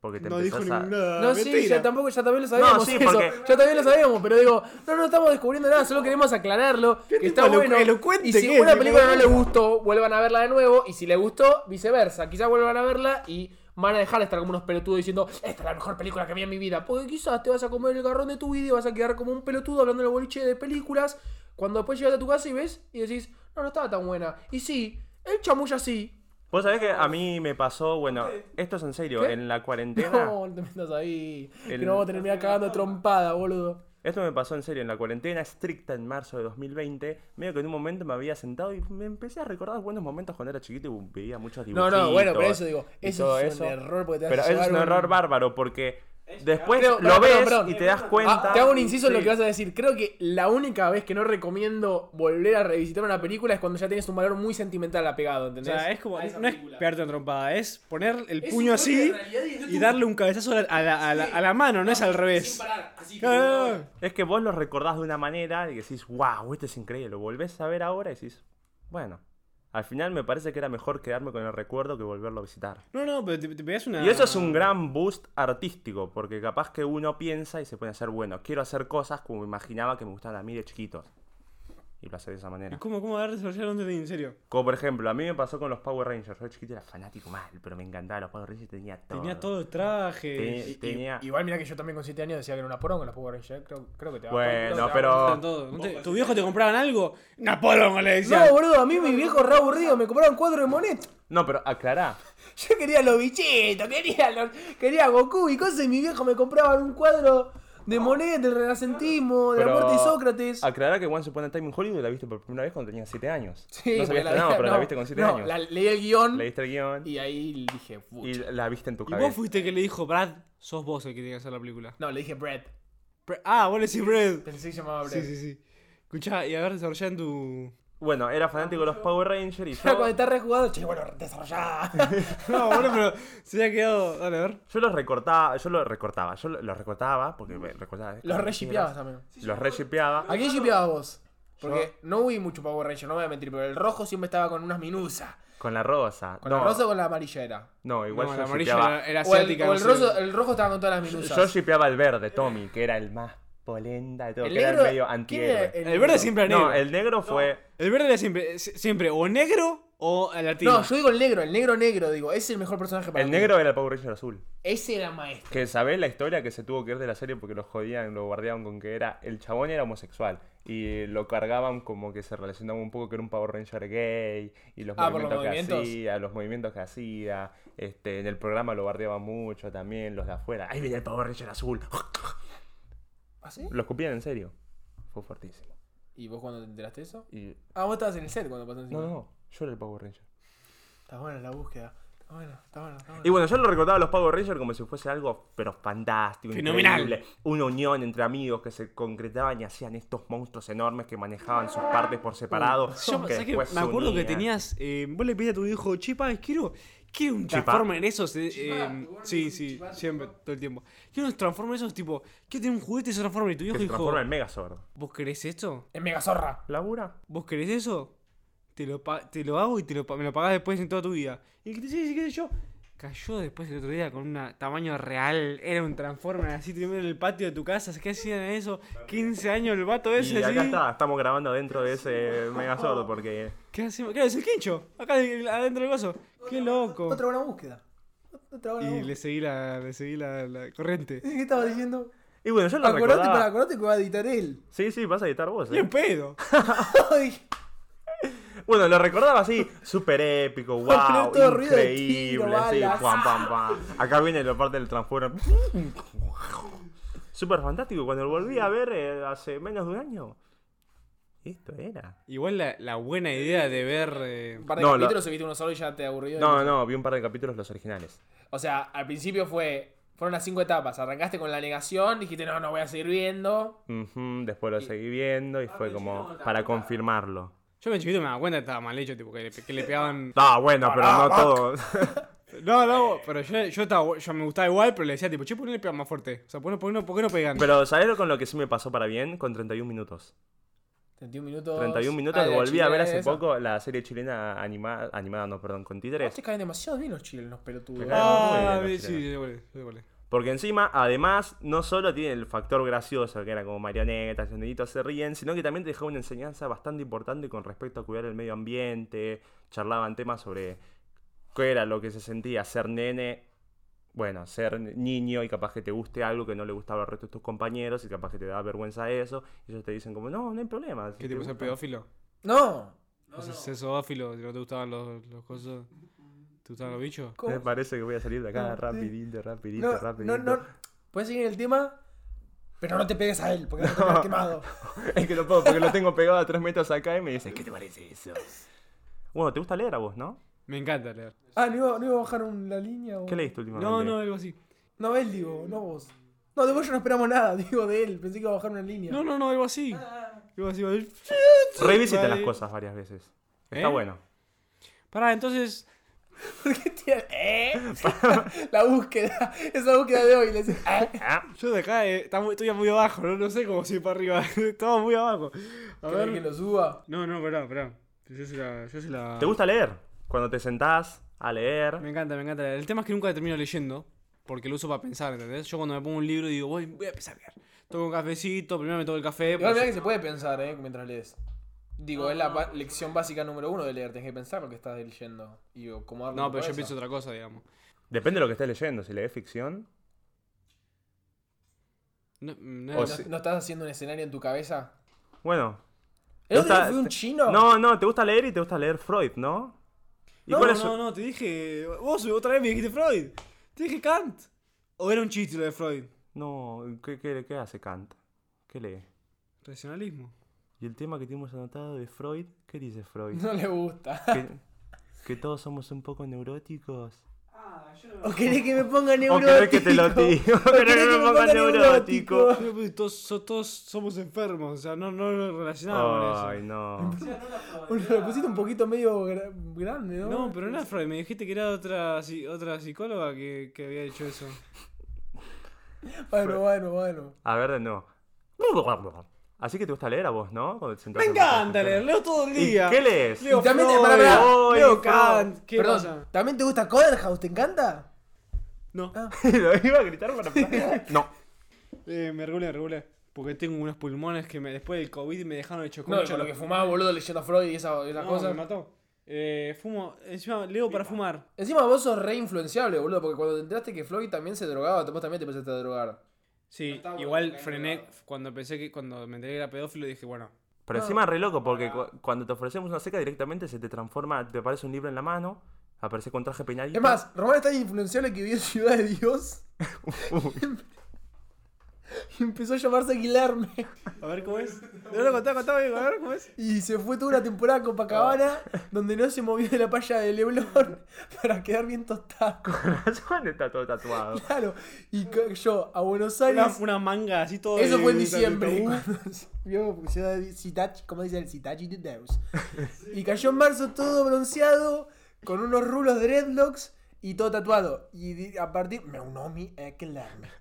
Porque te
No dijo
empezás a...
ninguna.
No, sí,
mentira.
ya tampoco, ya también lo sabíamos.
sí,
eso.
porque-
Ya también lo sabíamos, pero digo, no, no estamos descubriendo nada, solo queremos aclararlo. Que
tipo
está
elo-
bueno.
elocuente
y si
que es,
una
tipo,
película no le
bueno.
gustó, vuelvan a verla de nuevo. Y si le gustó, viceversa. Quizás vuelvan a verla y van a dejar de estar como unos pelotudos diciendo, esta es la mejor película que vi en mi vida. Porque quizás te vas a comer el garrón de tu vida y vas a quedar como un pelotudo hablando en el boliche de películas. Cuando después llegas a tu casa y ves y decís, no, no estaba tan buena. Y sí, el chamuyo sí.
Vos sabés
Ah.
que a mí me pasó, bueno, esto es en serio,
¿Qué?
en la cuarentena.
No, no te metas ahí.
El-
Que no vamos a terminar cagando a trompada, boludo.
Esto me pasó en serio en la cuarentena estricta en marzo de 2020. Medio que en un momento me había sentado y me empecé a recordar buenos momentos cuando era chiquito y uh, veía muchos
No,
dibujitos.
no, bueno, pero eso digo,
y
eso
todo
es un error porque te vas
Pero
a
eso es
llevar
un
un-
error bárbaro porque después
Creo-
lo
perdón,
ves
perdón, perdón.
y te das cuenta.
Ah, te hago un inciso en lo
Sí.
que vas a decir. Creo que la única vez que no recomiendo volver a revisitar una película es cuando ya tienes un valor muy sentimental apegado,
O
¿entendés?
sea, es como. No es pegarte una trompada, es poner el
Es
puño
un golpe
así
de realidad y es
y
un-
darle un cabezazo a la, a la- a la- a la mano, no es al revés. Ah,
parar, así
Claro.
Es que vos lo recordás de una manera y decís, wow, esto es increíble. Lo volvés a ver ahora y decís, bueno. Al final me parece que era mejor quedarme con el recuerdo que volverlo a visitar.
No, no, pero te, te pegas una.
Y eso es un gran boost artístico, porque capaz que uno piensa y se pone a hacer bueno. Quiero hacer cosas como imaginaba que me gustaban a mí de chiquitos. Y lo hace de esa
¿Y
manera.
¿Cómo, cómo agarras el celular? No entendí, en serio?
Como por ejemplo, a mí me pasó con los Power Rangers. Yo de chiquito era fanático mal, pero me encantaba. Los Power Rangers tenía todo.
Tenía todo el traje.
Te- Eh, tenía-
Igual mira que yo también con 7 años decía que era una poronga la Power Rangers. Creo, creo que te va
Bueno,
creo que te va-
pero-
Estaban todos. ¿No te- ¿Tu viejo te compraban algo? Una poronga le decía.
No, boludo, a mí mi viejo re aburrido me compraron cuadro de Monet.
No, pero aclará.
Yo quería los bichitos, quería, los, quería Goku y cosas. Y mi viejo me compraban un cuadro de Monet, del renacentismo, de
Pero
la muerte de Sócrates.
Aclará que Once Upon a Time in Hollywood la viste por primera vez cuando tenía 7 años.
Sí,
no sabías
porque la
nada,
vi-
pero la
no,
viste con 7
no,
años.
la- leí el guión
Leíste el guión y,
y ahí dije, "Pucha".
la viste en tu
Y
cabeza.
vos fuiste el que le dijo, Brad, Sos vos el que tiene que hacer la película.
No, le dije Brad.
Pre- ah, vos le decís Brad.
Pensé que se llamaba Brad.
Sí, sí, sí. Escuchá, y a ver, desarrollá en tu.
Bueno, era fanático de los Power Rangers y
Ya cuando
yo,
está rejugado, che, bueno, desarrollá.
No, bueno, pero se había quedado. Dale, a ver.
yo los recortaba, yo los recortaba, yo los recortaba porque me recortaba.
Los re shippeabas también.
Los re shippeaba.
¿A quién shippeabas vos? Porque no vi mucho Power Ranger, no me voy a mentir, pero el rojo siempre estaba con unas minusas.
Con la rosa.
Con
no,
la rosa o con la amarilla era.
No, igual
No,
yo
la amarilla
shippeaba-
era, era
O el,
asiática.
o
no
el
sé.
roso, el rojo estaba con todas las minusas.
Yo shipeaba el verde, Tommy, que era el más polenta de todo,
El
que era
negro-
el medio
¿quién era
antihéroe.
El verde siempre era negro.
No, el negro fue.
El verde era siempre, si- siempre o negro o latino.
No, yo digo el negro, el negro negro, digo, ese es el mejor personaje para
El
mí.
negro era el Power Ranger azul.
Ese era maestro.
Que sabés la historia que se tuvo que ir de la serie porque lo jodían, lo guardiaban con que era. El chabón era homosexual. Y lo cargaban como que se relacionaba un poco que era un Power Ranger gay. Y los
Ah, ¿por los
movimientos que
movimientos?
hacía, los movimientos que hacía. Este, en el programa lo guardiaban mucho también, los de afuera. ¡Ahí viene el Power Ranger azul!
¿Ah, sí?
Lo escupían en serio. Fue fuertísimo.
¿Y vos cuando te enteraste de eso?
Y.
Ah, vos estabas en el set cuando pasó encima.
No, no, yo era el Power Ranger.
Está buena la búsqueda. Está buena, está buena, está buena.
Y bueno, yo lo recordaba a los Power Rangers como si fuese algo, pero fantástico,
Fenomenal.
increíble. Una unión entre amigos que se concretaban y hacían estos monstruos enormes que manejaban sus partes por separado.
Yo
que
¿sabes qué?
después
me
se
acuerdo que
unían.
tenías. eh, vos le pedías a tu hijo, chipa, quiero, quiero un
Chipa.
Transformer de esos. eh,
Chipa,
em,
te vuelven
sí,
un
sí,
chipa,
siempre, todo el tiempo. Quiero un Transformer de esos, tipo, quiero tener un juguete de esos Transformers. Y tu
Que
hijo
se
dijo,
transforma en Megazord.
¿vos querés esto?
Es mega zorra.
¿Labura?
¿Vos querés eso? Te lo, pa- te lo hago y te lo, pa- me lo pagás después en toda tu vida. Y que te sí, sí, qué sé yo. Cayó después el otro día con un tamaño real. Era un Transformer así, primero en el patio de tu casa. ¿Qué hacían eso? 15 años el vato ese.
Y acá
así.
está, estamos grabando dentro de ese Megazord porque...
¿Qué hacemos? Claro, es el quincho. Acá de- adentro del gozo. Qué loco.
Otra buena búsqueda. Otra buena
Y
búsqueda.
le seguí la, le seguí la, la corriente.
¿Qué estaba diciendo?
Y bueno, yo lo
Acordate, para,
recordaba...
acordate que va a editar él.
Sí, sí, vas a editar vos,
¡Qué
¿eh?
pedo!
Ay,
Bueno, lo recordaba así, súper épico, wow,
todo ruido de tiro,
increíble, así,
balas.
pam, pam, pam. Acá viene la parte del transformer. Súper fantástico, cuando lo volví a ver eh, hace menos de un año, esto era.
Igual la, la buena idea de ver. eh,
Un par de
No,
capítulos subiste uno solo y ya te aburrió.
No, no, vi un par de capítulos los originales.
O sea, al principio fue. Fueron las cinco etapas. Arrancaste con la negación, dijiste, no, no voy a seguir viendo.
Ujú, después lo seguí viendo y fue como para confirmarlo.
Yo me chiquito me daba cuenta que estaba mal hecho, tipo, que le, que le pegaban.
Ah, bueno, pero no todo.
No,
Eh.
no, pero yo, yo, estaba- yo me gustaba igual, pero le decía, tipo, che, ¿por qué no le pegan más fuerte? O sea, ¿por qué no, por qué no, por qué no pegan?
Pero ¿sabés lo con lo que sí me pasó para bien? Con 31 minutos.
31 minutos.
31 minutos
Ah,
que
de la
volví a ver hace
chilena esa.
poco la serie chilena animada, animada no, perdón, con títeres.
Te caen demasiado bien los chilenos, pelotudos.
Me caen
ah,
muy bien,
sí,
no sé.
sí, yo volé, yo volé.
Porque encima, además, no solo tiene el factor gracioso, que era como marionetas, los nenitos se ríen, sino que también te dejaba una enseñanza bastante importante con respecto a cuidar el medio ambiente, charlaban temas sobre qué era lo que se sentía ser nene, bueno, ser niño y capaz que te guste algo que no le gustaba al resto de tus compañeros y capaz que te da vergüenza eso, y ellos te dicen como, no, no hay problema. si
¿Qué
te
tipo, ser
gusta".
pedófilo?
No.
¿O sea, ser zoófilo? ¿No te gustaban los, los cosas? ¿Te gustaban los bichos?
¿Cómo?
Me parece que voy a salir de acá
No, sí.
rapidito, rapidito,
No,
rapidito.
no, no. Puedes seguir el tema, pero no te pegues a él, porque no te quedas quemado.
Es que no puedo, porque lo tengo pegado a tres metros acá y me dice, ¿qué te parece eso? Bueno, ¿te gusta leer a vos, no?
Me encanta leer.
Ah, ¿no iba, no iba a bajar un- la línea? o-
¿Qué leíste últimamente?
No, no, algo así.
No, él digo, no vos. No, de vos yo no esperamos nada, digo de él. Pensé que iba a bajar una línea.
No, no, no, algo así.
Ah,
Algo así. va a ir-
Revisita
Vale.
las cosas varias veces. Está
¿Eh?
bueno.
Pará, entonces.
¿Por qué tiran? ¿Eh? la búsqueda. Esa búsqueda de hoy. Le dice, ¿eh?
Ah,
Yo de acá eh, está muy- estoy muy abajo, no, no sé cómo soy para arriba. Estamos muy abajo. A
¿Querés
ver.
que lo suba?
No, no, pará, pará. Yo se la. Yo se la...
¿Te gusta leer? Cuando te sentás a leer.
Me encanta, me encanta. El tema es que nunca termino leyendo, porque lo uso para pensar, ¿entendés? Yo cuando me pongo un libro digo, voy, voy a empezar a leer. Tomo un cafecito, primero me tomo el café.
Igual mirá
pues-
que se puede pensar, ¿eh? Mientras lees. Digo, es la ba- lección básica número uno de leer. Tenés que pensar lo que estás leyendo. Y acomodarlo.
No, pero yo pienso otra cosa, digamos.
Depende de lo que estés leyendo. Si lees ficción,
No, no,
O
no-
¿No,
Oh, sí.
no estás haciendo un escenario en tu cabeza?
bueno.
¿El
No
otro día
está-
fui un chino?
No, no, te gusta leer y te gusta leer Freud, ¿no? ¿Y
no,
cuál
no,
es su-
no, no, te dije. Vos otra vez me dijiste Freud. Te dije Kant. ¿O era un chiste lo de Freud?
No, ¿qué, qué, qué hace Kant? ¿Qué lee?
Racionalismo.
Y el tema que tenemos anotado de Freud, ¿qué dice Freud?
No le gusta.
que, que todos somos un poco neuróticos.
Ah,
¿O querés que me ponga
¿O
neurótico?
querés Oh, que te lo diga?
¿O querés que me ponga neurótico?
No, pues, Todos, so- todos somos enfermos, o sea, no, no lo relacionaba con
Ay, no.
Bueno, lo pusiste un poquito medio gra- grande,
eso.
¿no?
No, pero no era Freud, me dijiste que era otra, psi- otra psicóloga que, que había hecho eso.
Bueno, bueno, bueno.
A ver, de nuevo. Así que te gusta leer a vos, ¿no? Cuando te sentás
Me
en una
encanta
consulta.
leer, leo todo el
¿Y
día.
qué lees?
Leo
Y también te-
Freud,
pará, pará,
leo
Freud,
Kant, ¿qué
Perdón.
pasa?
¿También te gusta Coderhouse? ¿Te encanta?
No,
Lo iba a gritar para No.
eh, me regulé, me regulé. Porque tengo unos pulmones que me, después del COVID me dejaron hecho
No, y
concha.
con lo
los-
que fumaba, boludo, leyendo a Freud y esa- esas
No,
cosas.
me mató. Eh, fumo, encima leo para fumar.
Encima vos sos re influenciable, boludo, porque cuando te enteraste que Floyd también se drogaba, vos también te empezaste a drogar.
Sí,
está bueno,
igual
está
frené
englobado.
cuando pensé que cuando me enteré que era pedófilo dije, bueno,
Pero encima re loco, porque cu- cuando te ofrecemos una seca directamente se te transforma, te aparece un libro en la mano, aparece con traje peñadito.
Es más, Román es tan influenciable que vio Ciudad de Dios
Em,
y empezó a llamarse Aguilarme.
a ver cómo es. No lo contaba, contaba, digo, a ver cómo es.
Y se fue toda una temporada a Copacabana
Ah.
donde no se movió de la playa de Leblon para quedar bien tostado.
Juan está todo tatuado.
Claro. Y ca- yo a Buenos
Una,
Aires.
una manga así todo.
Eso
de-
fue en
de-
diciembre.
de- de-
cuando se Vio Ciudad de Citachi, como dice el Citachi de Deus. Y cayó en marzo todo bronceado, con unos rulos de dreadlocks y todo tatuado. Y di- a partir. Meunomi Eklarme.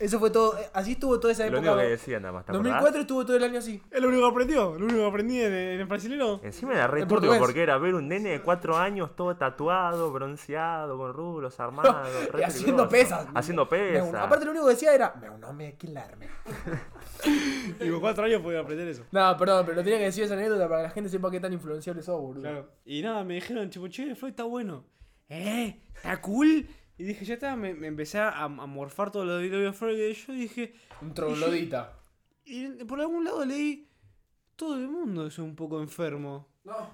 Eso fue todo. eh, Así estuvo toda esa
Lo
época.
único que decía nada más, ¿te acordás?
2004 estuvo todo el año así.
Es lo único que aprendió, lo único que aprendí en, en el brasilero.
Encima era re
En
turbio
portugués.
porque era ver un nene de cuatro años todo tatuado, bronceado, con rulos, armado. re
Eh, haciendo
peligroso.
pesas.
Haciendo pesas.
Meu- Aparte, lo único que decía era. Meunomi Eklarme.
Y con cuatro años podía aprender eso.
No, perdón,
Pero tenía que decir esa anécdota para que la gente sepa qué tan influenciable sos, boludo.
Claro. Y nada, me dijeron, tipo, che, Floyd está bueno. ¿Eh? ¿Está cool? Y dije, ya está, me, me empecé a, a morfar todo lo de lo de Freud. Y yo dije,
Un troglodita.
y por algún lado leí, todo el mundo es un poco enfermo.
No.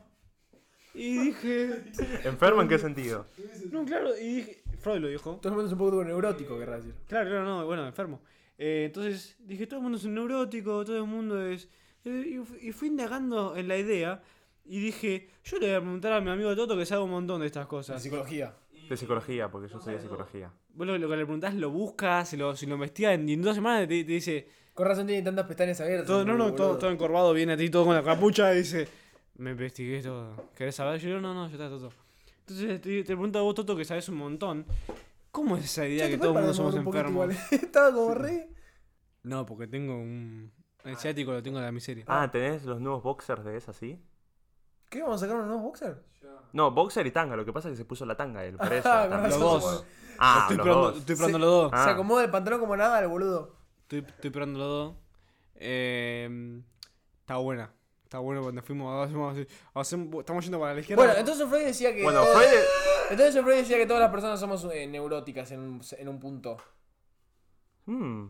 Y dije,
¿Enfermo
mm,
en qué sentido?
No, claro, y dije, Freud lo dijo.
Todo el mundo es un poco neurótico, querrás decir.
Claro, claro, no, bueno, enfermo. Eh, entonces dije, todo el mundo es un neurótico, todo el mundo es... Y fu- y fui indagando en la idea y dije, yo le voy a preguntar a mi amigo Toto que sabe un montón de estas
La
cosas.
psicología.
De psicología, porque yo soy
Ah.
de psicología.
Vos lo, lo que le preguntás lo buscas, si lo, si lo investigas en, en dos semanas te, te dice,
Con razón tiene tantas pestañas abiertas.
todo, no, no,
boludo.
todo, todo encorvado, viene a ti todo con la capucha y dice, me investigué todo. ¿Querés saber? Yo digo, no, no, yo está Toto. Entonces te, te pregunto a vos, Toto, que sabes un montón, ¿cómo es esa idea
Che,
que
¿te
todo el mundo
podés
somos
parar de mover un
enfermos?
poquito igual? eh. Estaba como re.
No, porque tengo un. El ciático lo tengo en la miseria.
Ah, ¿tenés los nuevos boxers de esa, sí?
¿Qué? ¿Vamos a sacar unos nuevos boxers?
No, boxer y tanga, lo que pasa es que se puso la tanga él, por eso.
Ah,
también.
con
los
razón,
dos.
boludo.
Ah,
estoy
los
probando,
dos.
estoy probando los dos.
Ah.
Se acomoda el pantalón como nada el boludo.
Estoy, estoy probando los dos. Eh, está buena. Está bueno cuando fuimos. hacemos- hacemos- estamos yendo para la izquierda.
Bueno, entonces Freud decía que.
Bueno, Freud.
Entonces Freud decía que todas las personas somos eh, neuróticas en un, en un punto.
Hmm.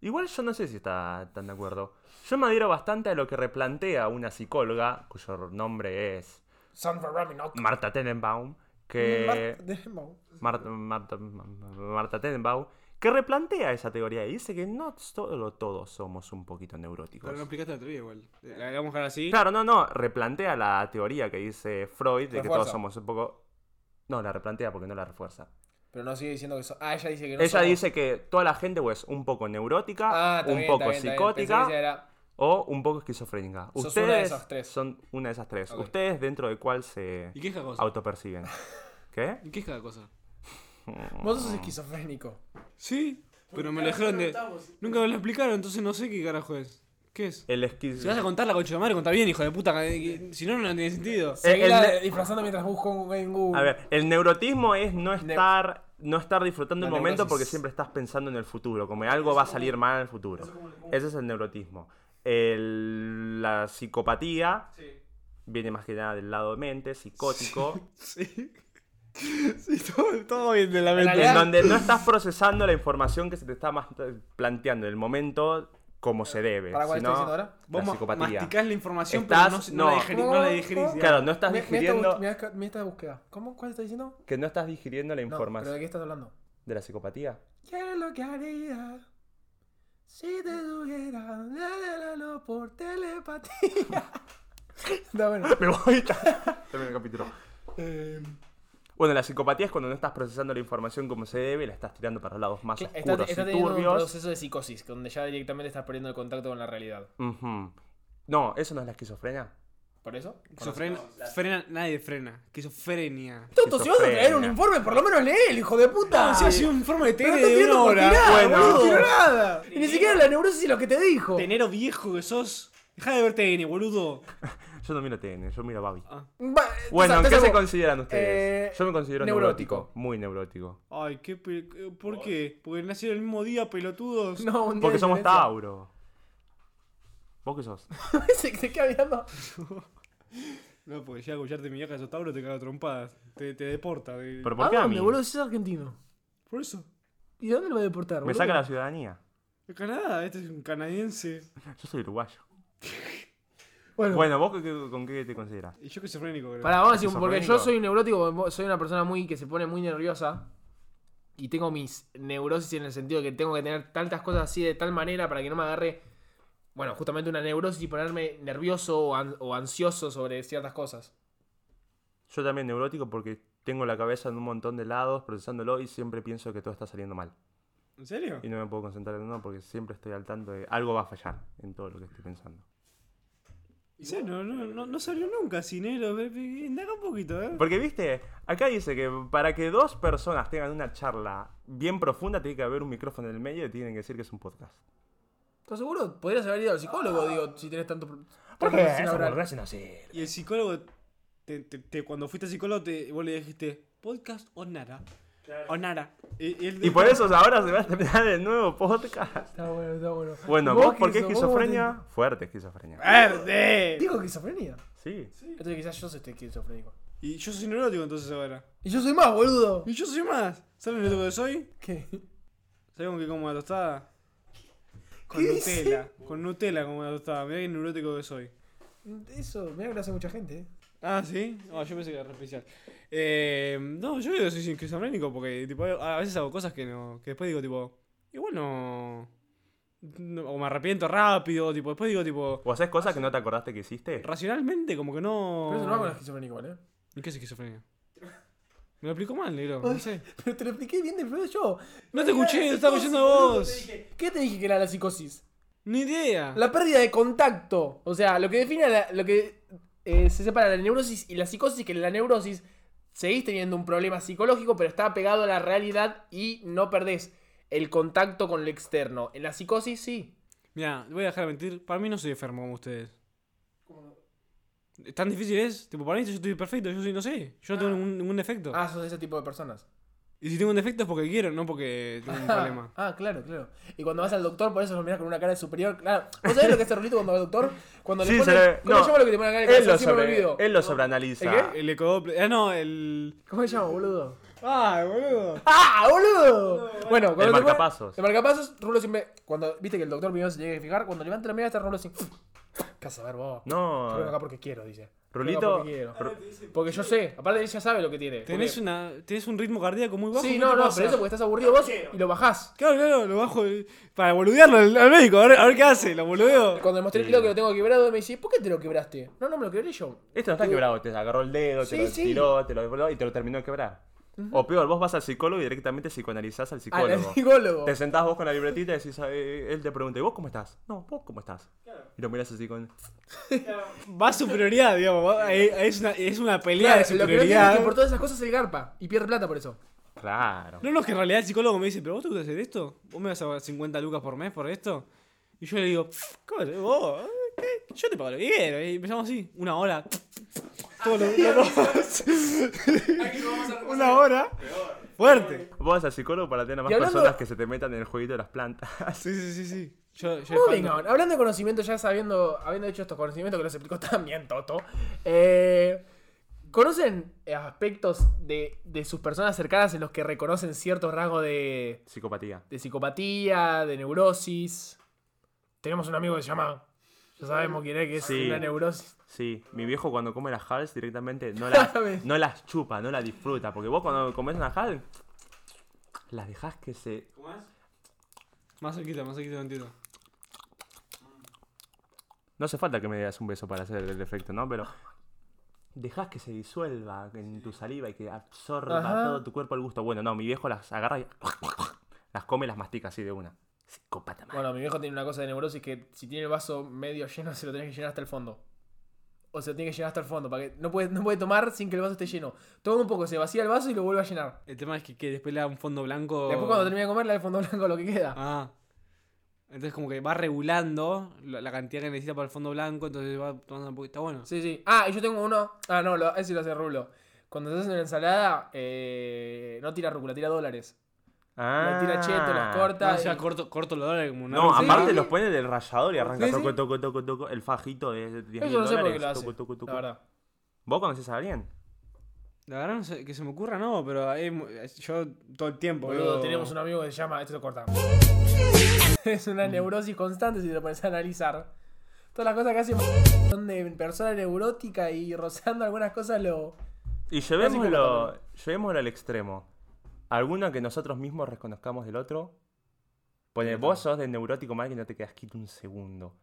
Igual yo no sé si está tan de acuerdo. Yo me adhiero bastante a lo que replantea una psicóloga, cuyo nombre es
San Raminok.
Marta Tenenbaum, que...
Mar- tenemos.
Mar- Marta, Marta Tenenbaum, que replantea esa teoría y dice que no solo todos somos un poquito neuróticos.
Pero no explicaste la teoría igual. La vamos a dejar así.
Claro, no, no, replantea la teoría que dice Freud de que
Refuerza.
todos somos un poco... No, la replantea porque no la refuerza.
Pero no sigue diciendo que so- Ah, ella dice que no
Ella
somos-
dice que toda la gente o es un poco neurótica,
Ah, está
un
bien, está
poco
bien, está bien.
psicótica.
Pensé que ella era-
O un poco esquizofrénica.
Sos
Ustedes
una de esas tres.
son una de esas tres.
Ok.
Ustedes dentro de cuál se
¿Y qué es cada cosa?
autoperciben. ¿Qué?
¿Y qué es cada cosa?
Vos
Mm.
sos esquizofrénico.
Eh,
Sí, pero me lo dejaron de. Nunca me lo explicaron, entonces no sé qué carajo es. ¿Qué es? Si
El
vas a
esquizofrénico.
contar la concha de madre, contá bien, hijo de puta. que- Si no, no tiene sentido.
Seguila disfrazando mientras busco un- en Google.
A ver, el neurotismo es no
Uh. Neu-
estar, no estar disfrutando el
La
momento
neurosis.
porque siempre estás pensando en el futuro, como algo va a salir mal en el futuro. Ese es el neurotismo. El- la psicopatía viene más que nada del lado de mente, psicótico.
Sí. Sí, todo, todo bien de la
realidad-
mente.
En
Claro.
donde no estás procesando la información que se te está mas- planteando en el momento como se debe.
¿Para cuál
sino
estoy diciendo ahora?
La
Vos ma-
psicopatía.
masticás la información,
Estás-
pero no, no la
no.
digeri- no la digerís. digamos.
Claro, no estás
Mirá- mirá esta
digiriendo,
bus- mirá esta- mirá esta búsqueda. ¿Cómo? ¿Cuál está diciendo?
que no estás digiriendo la
No,
información
¿Pero de qué estás hablando?
de la psicopatía.
¿Qué es lo que haría si te tuviera no por telepatía? Está bueno.
Me voy. Termina el capítulo. Bueno, la psicopatía es cuando no estás procesando la información como se debe y la estás tirando para los lados más
Está,
oscuros
está
y
teniendo un
turbios.
proceso de psicosis, donde ya directamente estás perdiendo el contacto con la realidad.
Ujú. No, eso no es la esquizofrenia.
¿Por eso?
Esquizofrenia. Frena, nadie frena. Esquizofrenia.
Toto, si vas a traer un informe, por lo menos lee el hijo de puta.
Ah, sí, ha sido un informe de
Pero
tele
no
de
quiero
una hora.
Bueno.
no quiero nada. Y ni siquiera la neurosis es lo que te dijo.
Tenero viejo que sos. Deja de verte TN, boludo.
Yo no miro TN, yo miro a Babi.
Va,
Bueno,
te
¿qué se
saco-
consideran ustedes?
Eh,
Yo me considero
neurótico.
neurótico. Muy neurótico.
Ay, qué pe- eh, ¿por qué? Porque nacieron el mismo día, pelotudos.
No, un día
Porque
de
somos
violencia.
Tauro. ¿Vos qué sos?
se, se queda mirando.
No, porque llega a escucharte mi vieja, sos Tauro, te caga trompadas. Te, te deporta. te-
¿Pero por
¿A
qué a
dónde,
mí?
boludo? Si sos argentino.
Por eso.
¿Y de dónde lo va a deportar,
Me
boludo?
saca la ciudadanía.
De Canadá, este es un canadiense.
Yo soy uruguayo.
Bueno,
Bueno, ¿vos qué- con qué te consideras?
Y yo que soy frénico, creo.
Pará, vamos a decir, porque
Esquizofrénico.
yo soy un neurótico, soy una persona muy que se pone muy nerviosa. Y tengo mis neurosis en el sentido que tengo que tener tantas cosas así de tal manera para que no me agarre, bueno, justamente una neurosis y ponerme nervioso o, an- o ansioso sobre ciertas cosas.
Yo también neurótico porque tengo la cabeza en un montón de lados procesándolo y siempre pienso que todo está saliendo mal.
¿En serio?
Y no me puedo concentrar en uno porque siempre estoy al tanto de algo va a fallar en todo lo que estoy pensando.
En serio, no, no, no, no salió nunca, Cinero. ve- ve- Indaga un poquito, eh.
Porque, viste, acá dice que para que dos personas tengan una charla bien profunda tiene que haber un micrófono en el medio y tienen que decir que es un podcast.
¿estás seguro? Podrías haber ido al psicólogo, digo, si tenés tanto...
¿Por
tanto
qué?
sin hablar.
Y el psicólogo, te, te- te- cuando fuiste psicólogo, te, vos le dijiste, podcast o nada. O nada. Y, él
Y por eso ahora se va a terminar el nuevo podcast.
Está bueno, está bueno.
Bueno,
¿Y
¿vos
qué
por qué
sos? ¿Vos
esquizofrenia? Fuerte esquizofrenia.
te-
¡Verde!
Digo esquizofrenia.
Sí.
Entonces quizás yo soy esquizofrénico.
Y yo soy neurótico entonces ahora.
Y yo soy más, boludo.
Y yo soy más. ¿Sabes lo neurótico que soy?
¿Qué?
¿Sabes con qué como una tostada? Con
¿Qué
Nutella. Con Nutella como una tostada. Mirá qué neurótico que soy.
Eso, mira que lo hace mucha gente, eh.
Ah, ¿sí? No, yo pensé que era re especial. Eh, no, yo digo que soy esquizofrénico porque tipo, a veces hago cosas que no que después digo, tipo, igual no... no- o me arrepiento rápido, tipo, después digo, tipo,
¿O haces cosas que no te acordaste que hiciste?
racionalmente como que no...
Pero eso no va con la esquizofrenia igual, eh.
¿Y qué es esquizofrenia? Me lo explico mal, negro, no sé.
Pero te lo expliqué bien de primero yo.
No te escuché,
Era la
te estaba
psicosis,
escuchando
boludo,
vos.
te dije. ¿Qué te dije que era la psicosis?
Ni idea.
La pérdida de contacto. O sea, lo que define a la- lo que eh, se separa la neurosis y la psicosis, que en la neurosis seguís teniendo un problema psicológico, pero está pegado a la realidad y no perdés el contacto con lo externo. En la psicosis sí.
Mira, voy a dejar de mentir. Para mí no soy enfermo como ustedes. Eh, ¿Tan difícil es? Tipo, para mí yo estoy perfecto, yo soy, no sé. Yo no tengo ningún, ningún defecto.
Ah, sos ese tipo de personas.
Y si tengo un defecto es porque quiero, no porque tengo un problema.
Ah, claro, claro. Y cuando vas al doctor, por eso lo miras con una cara de superior. Claro. ¿Vos sabés lo que hace Rulito cuando va al doctor? Cuando
Sí,
le
se
ponen,
le-
¿Cómo
no.
se llama lo que te ponen acá en el
Él lo,
corazón? Siempre me
sobre-
olvida.
él lo sobreanaliza.
¿El qué?
El ecodople. Ah, no, el.
¿Cómo se llama, boludo?
¡Ah, boludo!
¡Ah, boludo! Bueno, cuando te
El
ponen-
marcapasos.
El marcapasos, Rulo siempre. Cuando viste que el doctor primero se tiene que fijar, cuando levanta la mirada está Rulo así. ¿Qué vas a ver vos? Yo vengo acá
No.
porque quiero, dice. Yo vengo acá
Rulito.
Porque, quiero.
Ru-
Porque yo sé, aparte él ya sabe lo que tiene.
Tenés,
Porque-
una, tenés un ritmo cardíaco muy bajo.
Sí,
¿qué
no,
te
no,
pasa?
pero eso porque estás aburrido vos y lo bajás.
Claro, claro, lo bajo. eh, Para boludearlo al, al médico, a ver, a ver qué hace, lo boludeo.
Cuando le mostré el hilo que lo tengo quebrado, me dice, ¿por qué te lo quebraste? No, no me lo quebré yo.
Esto no está quebrado, te agarró el dedo,
Sí,
te lo
sí.
tiró, te lo dobló y te lo terminó de quebrar. O peor, vos vas al psicólogo y directamente psicoanalizás al
Ah, el
psicólogo.
psicólogo.
Te sentás vos con la libretita y decís, eh, él te pregunta, ¿y vos cómo estás? No, vos cómo estás. Y lo mirás así con.
Va a su prioridad, digamos. va- eh, es, una, es una pelea
Claro,
de
lo que no tiene es
superioridad.
que por todas esas cosas el garpa y pierde plata por eso.
Claro.
No, no, que en realidad el psicólogo me dice, ¿pero vos te gusta hacer esto? ¿Vos me vas a pagar 50 lucas por mes por esto? Y yo le digo, ¿cómo te- vos? ¿Qué? Yo te pago lo que quiero. Y empezamos así, una hora. Todos los los dos. Una hora. Fuerte.
Vos vas al psicólogo para tener a más
Y hablando-
personas que se te metan en el jueguito de las plantas.
Sí, sí, sí, sí. Yo, yo
Moving
espanto.
on. Hablando de conocimiento, ya sabiendo, habiendo hecho estos conocimientos que nos explicó también Toto, eh, ¿conocen aspectos de, de sus personas cercanas en los que reconocen ciertos rasgos de,
Psicopatía.
de psicopatía, de neurosis? Tenemos un amigo que se llama, ya sabemos quién es, que es
Sí.
una neurosis.
Sí, mi viejo cuando come las Hals directamente no las,
¿Sabes?
no las chupa, no las disfruta. Porque vos cuando comes una Hals, las dejás que se.
Más cerquita, más cerquita, no entiendo.
No hace falta que me digas un beso para hacer el efecto, ¿no? Pero. Dejas que se disuelva en tu saliva y que absorba
Ajá.
todo tu cuerpo al gusto. Bueno, no, mi viejo las agarra y las come y las mastica así de una. Psicópata, mal.
Bueno, mi viejo tiene una cosa de neurosis que si tiene el vaso medio lleno, se lo tenés que llenar hasta el fondo. O sea, tiene que llenar hasta el fondo. Para que no, puede, no puede tomar sin que el vaso esté lleno. Toma un poco, se vacía el vaso y lo vuelve a llenar.
El tema es que, que después le da un fondo blanco.
Después, cuando termina de comer, le da el fondo blanco lo que queda.
Oh. Ah. Entonces, como que va regulando la, la cantidad que necesita para el fondo blanco. Entonces va tomando un poquito. Está bueno.
Sí, sí. Ah, y yo tengo uno. Ah, no, lo, ese lo hace Rulo. Cuando te haces una ensalada, eh, no tira rúcula, tira dólares. La tira cheto, las corta.
Ah, o sea,
y-
corto, corto los dólares como una
No,
cosa.
Sí,
aparte
sí.
los pone del rallador y arranca
Sí, sí.
toco, toco, toco, toco, el fajito de 10
Eso no sé por qué lo
dólares.
hace.
toco, toco, toco.
La verdad.
¿Vos conocés a alguien?
La verdad, no sé, que se me ocurra, no, pero es mu- yo todo el tiempo.
Boludo,
veo-
tenemos un amigo que se llama. Esto lo corta. es una neurosis constante si te lo pones a analizar. Todas las cosas que hace son de persona neurótica y rozando algunas cosas lo.
Y
psicópata,
llevémoslo, llevémoslo al extremo. Alguno que nosotros mismos reconozcamos del otro. Pone, vos sos de neurótico mal que no te quedas quieto un segundo.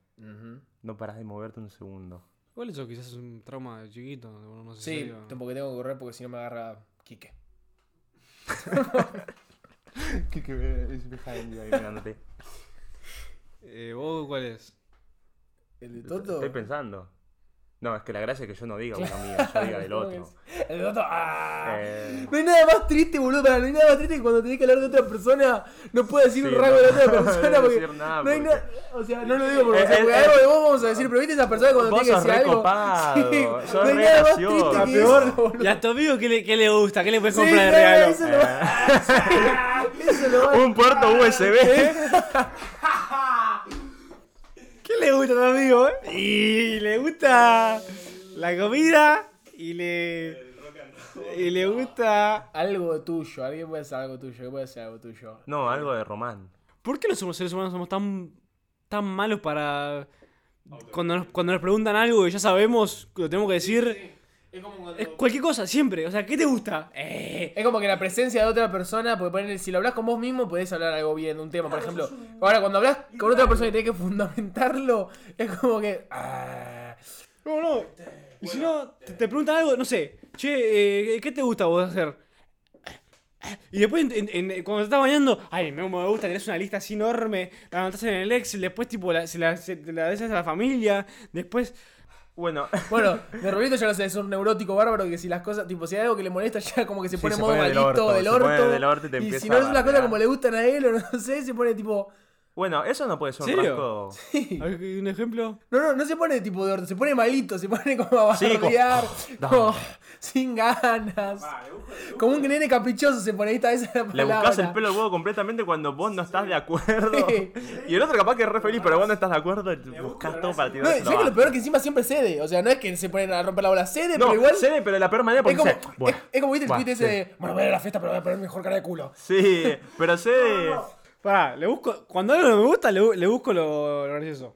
No paras de moverte un segundo.
Igual eso quizás es un trauma de chiquito, no no sé si
Sí,
algo-
te- porque tengo que correr porque si no me agarra Quique.
Estoy
Eh, ¿Vos cuál es?
El de Toto.
pensando. No, es que la gracia es que yo no diga uno mío, yo diga del otro.
El dato. ¡ah!
Eh,
No hay nada más triste, boludo. Para, no hay nada más triste que cuando tenés que hablar de otra persona, no puedes decir
Sí,
un rasgo
no.
de la otra
No
persona
puedo
porque.
decir nada
no hay
porque-
nada. O sea, no lo digo porque,
Eh,
o sea,
eh,
porque
eh.
algo de vos vamos a decir, pero viste esa persona cuando
Vos
tiene que
sos
decir algo.
recopado, sos
no hay
re
nada más
gracioso.
triste que
La
eso,
peor-
boludo.
¿Y a tu amigo qué le, qué le gusta? ¿Qué le puedes
Sí,
comprar de
no,
regalo?
eso, lo, eso lo
Ah.
va-
Eh. Un puerto USB.
¿Qué le gusta a tu amigo? eh? Y le gusta la comida y le. Y le gusta.
Algo tuyo, alguien puede hacer algo tuyo, ¿qué puede ser algo tuyo?
No, algo de Román.
¿Por qué los somos seres humanos somos tan. tan malos para. Cuando nos, cuando nos preguntan algo y ya sabemos que lo tenemos que decir.
Es como,
Es cualquier cosa, siempre. O sea, ¿qué te gusta? Eh.
que la presencia de otra persona, porque ponele, si lo hablas con vos mismo, podés hablar algo bien de un tema, por ejemplo. Ahora, cuando hablas con otra persona y tenés que fundamentarlo, es como que. ah.
No, no.
Este,
Y si no, te, te preguntan algo, no sé. Che, eh, ¿qué te gusta vos hacer? Y después, en- en- en- cuando te estás bañando, ay, me me gusta, tenés una lista así enorme, la anotás en el Excel, después, tipo, la, se la, se- te la des a la familia, después.
Bueno,
Bueno, de Rubito ya lo sé, es un neurótico bárbaro que si las cosas, tipo, si hay algo que le molesta, ya como que se
Sí,
pone
se
modo
pone del
malito,
orto,
del
se
orto.
pone del orto y te
y
empieza
si no
a
es una cosa
bardear.
como le gustan a él o no sé, se pone tipo.
bueno, eso no puede ser un
¿Serio?
rasgo.
A ver, ¿Un ejemplo?
No, no, no se pone tipo de orto, se pone malito, se pone como a
Sí, como- oh,
bardear,
No.
como sin ganas. Como un nene caprichoso se pone, ahí está esa es la
Le
palabra.
buscas el pelo al huevo completamente cuando vos no estás de acuerdo.
Sí.
Y el otro capaz que es re feliz, pero vos no estás de acuerdo. y Buscas todo para
No,
tirar.
¿sabes que lo peor que encima siempre cede? O sea, no es que se ponen a romper la bola, cede,
No,
pero igual.
cede, pero de la peor manera porque
Es como,
dice, "Bueno,
es, es como viste el
bueno,
tweet ese de. Bueno, voy a ir a la fiesta, pero voy a poner mejor cara de culo.
Sí, Sí, pero cede.
Pará, le busco. Cuando algo no me gusta, le, bu- le busco lo, lo gracioso.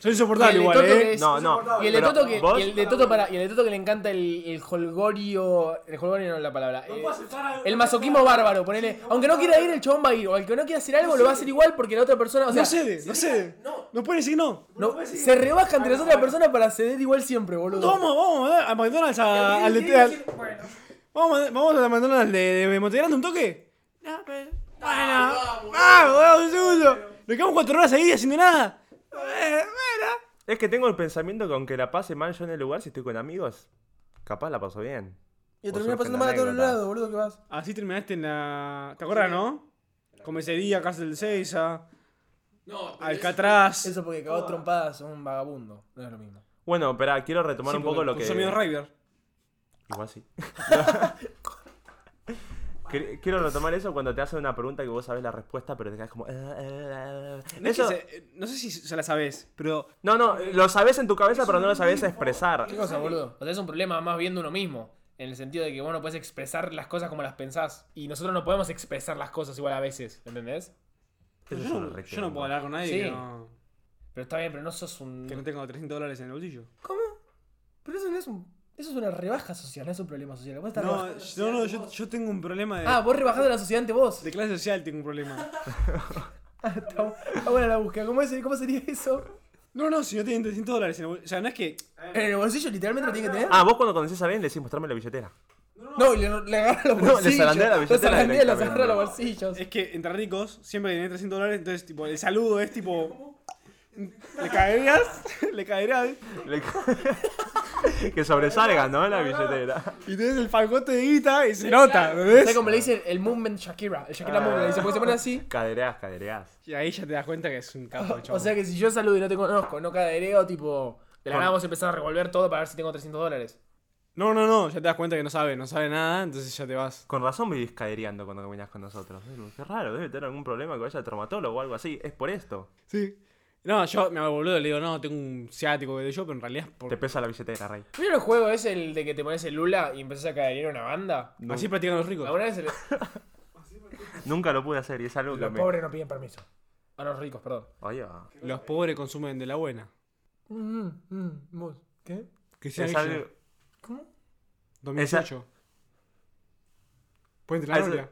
Soy insoportable
Y el
igual,
Toto
¿eh?
que es-
No, no.
Y el, de
pero
Toto que,
vos-
y el de Toto para, y el de Toto que le encanta el, el holgorio. El holgorio no es la palabra. eh, el masoquismo bárbaro, ponele. Aunque no quiera ir, el chabón va a ir. O el que no quiera hacer algo, lo va a hacer igual porque la otra persona. O sea,
no cede, no cede. No, puede decir no.
no- se rebaja entre las otras personas para ceder igual siempre, boludo.
Vamos, vamos a McDonald's a- al de. al- Vamos, a- vamos a McDonald's de, de Monte Grande un toque. No, pero. Bueno. Vamos, vamos, un segundo. Nos quedamos cuatro horas ahí haciendo nada. Eh, Bueno.
Es que tengo el pensamiento que aunque la pase mal yo en el lugar, si estoy con amigos, capaz la paso bien.
Y
O
termina
surgen
pasando mal a todos
anécdotas.
lados, boludo, que vas.
Así terminaste en la. ¿Te acuerdas, no? Comisaría, cárcel de Seiza. Alcatraz.
Eso porque cagó trompadas a un vagabundo. No es lo mismo.
Bueno, espera, quiero retomar un poco lo que.
Consumidor River.
Igual sí. Quer- Quiero retomar eso cuando te hacen una pregunta que vos sabés la respuesta, pero te quedas como. "Eh, eh, eh, eh".
No, es que
Eso-
se- eh, no sé si se la sabés, pero.
No, no, lo sabés en tu cabeza, pero no lo sabés expresar.
¿Qué cosa, boludo? O sea, es un problema más bien de uno mismo. En el sentido de que vos no puedes expresar las cosas como las pensás. Y nosotros no podemos expresar las cosas igual a veces, ¿entendés?
Eso es
yo,
un
no,
recto.
yo no puedo hablar con nadie
Sí.
que, no,
Pero está bien, pero no sos un.
que no tengo 300 dólares en el bolsillo.
¿Cómo? Pero eso no es un. Eso es una rebaja social, no es un problema social. Vos estás
No, eh,
rebajando-
no, no, yo, yo tengo un problema de.
Ah, vos rebajando la sociedad ante vos.
De clase social tengo un problema.
Está bu- está buena la búsqueda. ¿Cómo, es- cómo sería eso?
No, no, si no tienen 300 dólares. en el bol- O sea, no es que.
En el bolsillo, literalmente lo tiene que tener.
Ah, vos cuando conoces a alguien le decís mostrarme la billetera.
No, y le, le agarra los
No, le
bolsillos.
zarandea la billetera
Los zarandea, los
directamente.
agarra los bolsillos.
Es que entre ricos siempre tienen 300 dólares. Entonces, tipo, el saludo es tipo. ¿Le caerías? ¿Le caerías?
Le- que sobresalga, ¿no? La billetera.
Y tenés el fagote de guita y se nota, ¿ves?
¿Sabes cómo le dicen el movement Shakira? El Shakira
Ah.
movement le dicen, porque se pone así.
Cadereás, cadereás.
Y ahí ya te das cuenta que es un capo de
O sea que si yo saludo y no te conozco, no cadereo, tipo. De la
Con-
nada vamos a empezar a revolver todo para ver si tengo 300 dólares.
No, no, no, ya te das cuenta que no sabe, no sabe nada, entonces ya te vas.
Con razón vivís cadereando cuando caminas con nosotros. ¿eh? Digo, Qué raro, debe tener algún problema que vaya al traumatólogo o algo así. Es por esto.
Sí. No, yo me hago boludo, le digo, no, tengo un ciático que de yo, pero en realidad es por...
Te pesa la billetera, Rey.
¿Vieron el juego es el de que te pones el Lula y empezás a caderear una banda?
Así practican los ricos.
¿Alguna vez el-
Nunca lo pude hacer y es algo que
los
me...
pobres no piden permiso? A Ah, los ricos, perdón.
Oye,
Los pobres consumen de la buena.
Mm, ¿Qué?
Que sea
es
ella.
algo...
¿Cómo?
2008. Puente la
Esa-
gloria.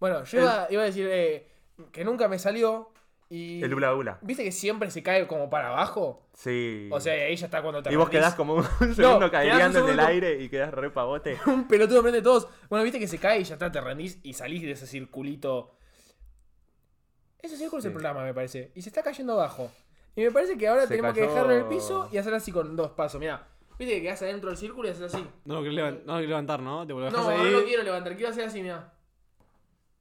Bueno, yo iba, iba a decir eh, que nunca me salió y.
El hula hula.
¿Viste que siempre se cae como para abajo?
Sí.
O sea, ahí ya está cuando te
y vos
rendís.
quedás como un segundo
quedás un
cadereando en el
segundo.
aire y quedás re pavote.
un pelotudo frente de todos. Bueno, viste que se cae y ya está, te rendís y salís de ese circulito. Ese círculo es el
Sí.
programa, me parece. Y se está cayendo abajo. Y me parece que ahora
Se
tenemos que
cayó.
dejarlo en el piso y hacer así con dos pasos. Mira, viste que quedás adentro del círculo y haces así.
No lo querés levan- no lo querés levantar, ¿no? Te lo dejás
No,
ahí.
no lo quiero levantar, quiero hacer así, mira.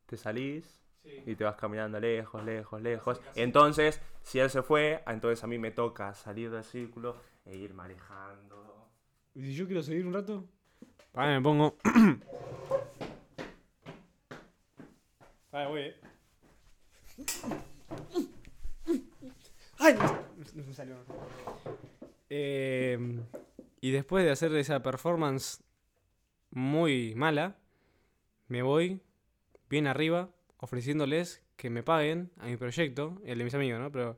Te salís y te vas caminando lejos, lejos, lejos. Entonces, si él se fue, ah, entonces a mí me toca salir del círculo e ir manejando.
¿Y si yo quiero seguir un rato? Vale, me pongo. Vale, voy, eh. ¡Ay! No me salió. Eh, y después de hacer esa performance muy mala, me voy bien arriba ofreciéndoles que me paguen a mi proyecto, el de mis amigos, ¿no? Pero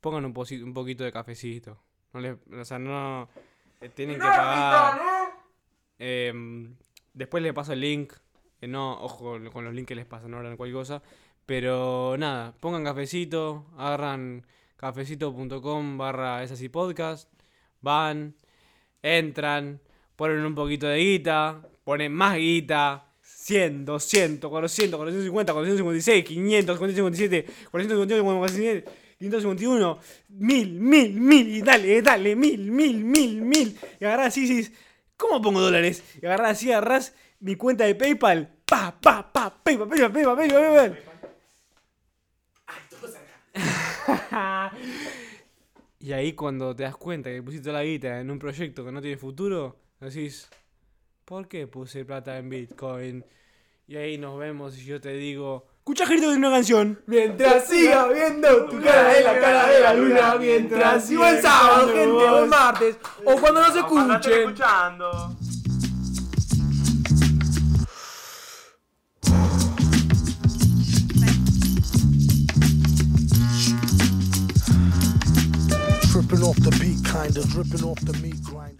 pongan un, posi- un poquito de cafecito. No les, o sea, no... eh, tienen que pagar... Em, después les paso el link. Eh, no, ojo con- con los links que les pasan, no hablan cualquier cosa. Pero nada, pongan cafecito, agarran cafecito.com barra es así podcast, van, entran, ponen un poquito de guita, ponen más guita. 100, 200, 400, 450, 456, 500, 457, 458, 457, 551, 1000, 1000, 1000, y dale, eh, dale, 1000, 1000, 1000, 1000. Y agarrás así, y decís, ¿cómo pongo dólares? Y agarrás así, agarrás mi cuenta de PayPal. Pa, pa, pa, PayPal, PayPal, PayPal, PayPal, PayPal. Y ahí cuando te das cuenta que pusiste la guita en un proyecto que no tiene futuro, decís, ¿por qué puse plata en Bitcoin? Y ahí nos vemos y yo te digo, escucha grito de una canción.
Mientras siga viendo tu cara en la cara de la luna, mientras sigo el sábado, gente, o el martes, o cuando nos escuchen.
escuchando.
Tripping off the beat, kinda dripping off the meat grinder.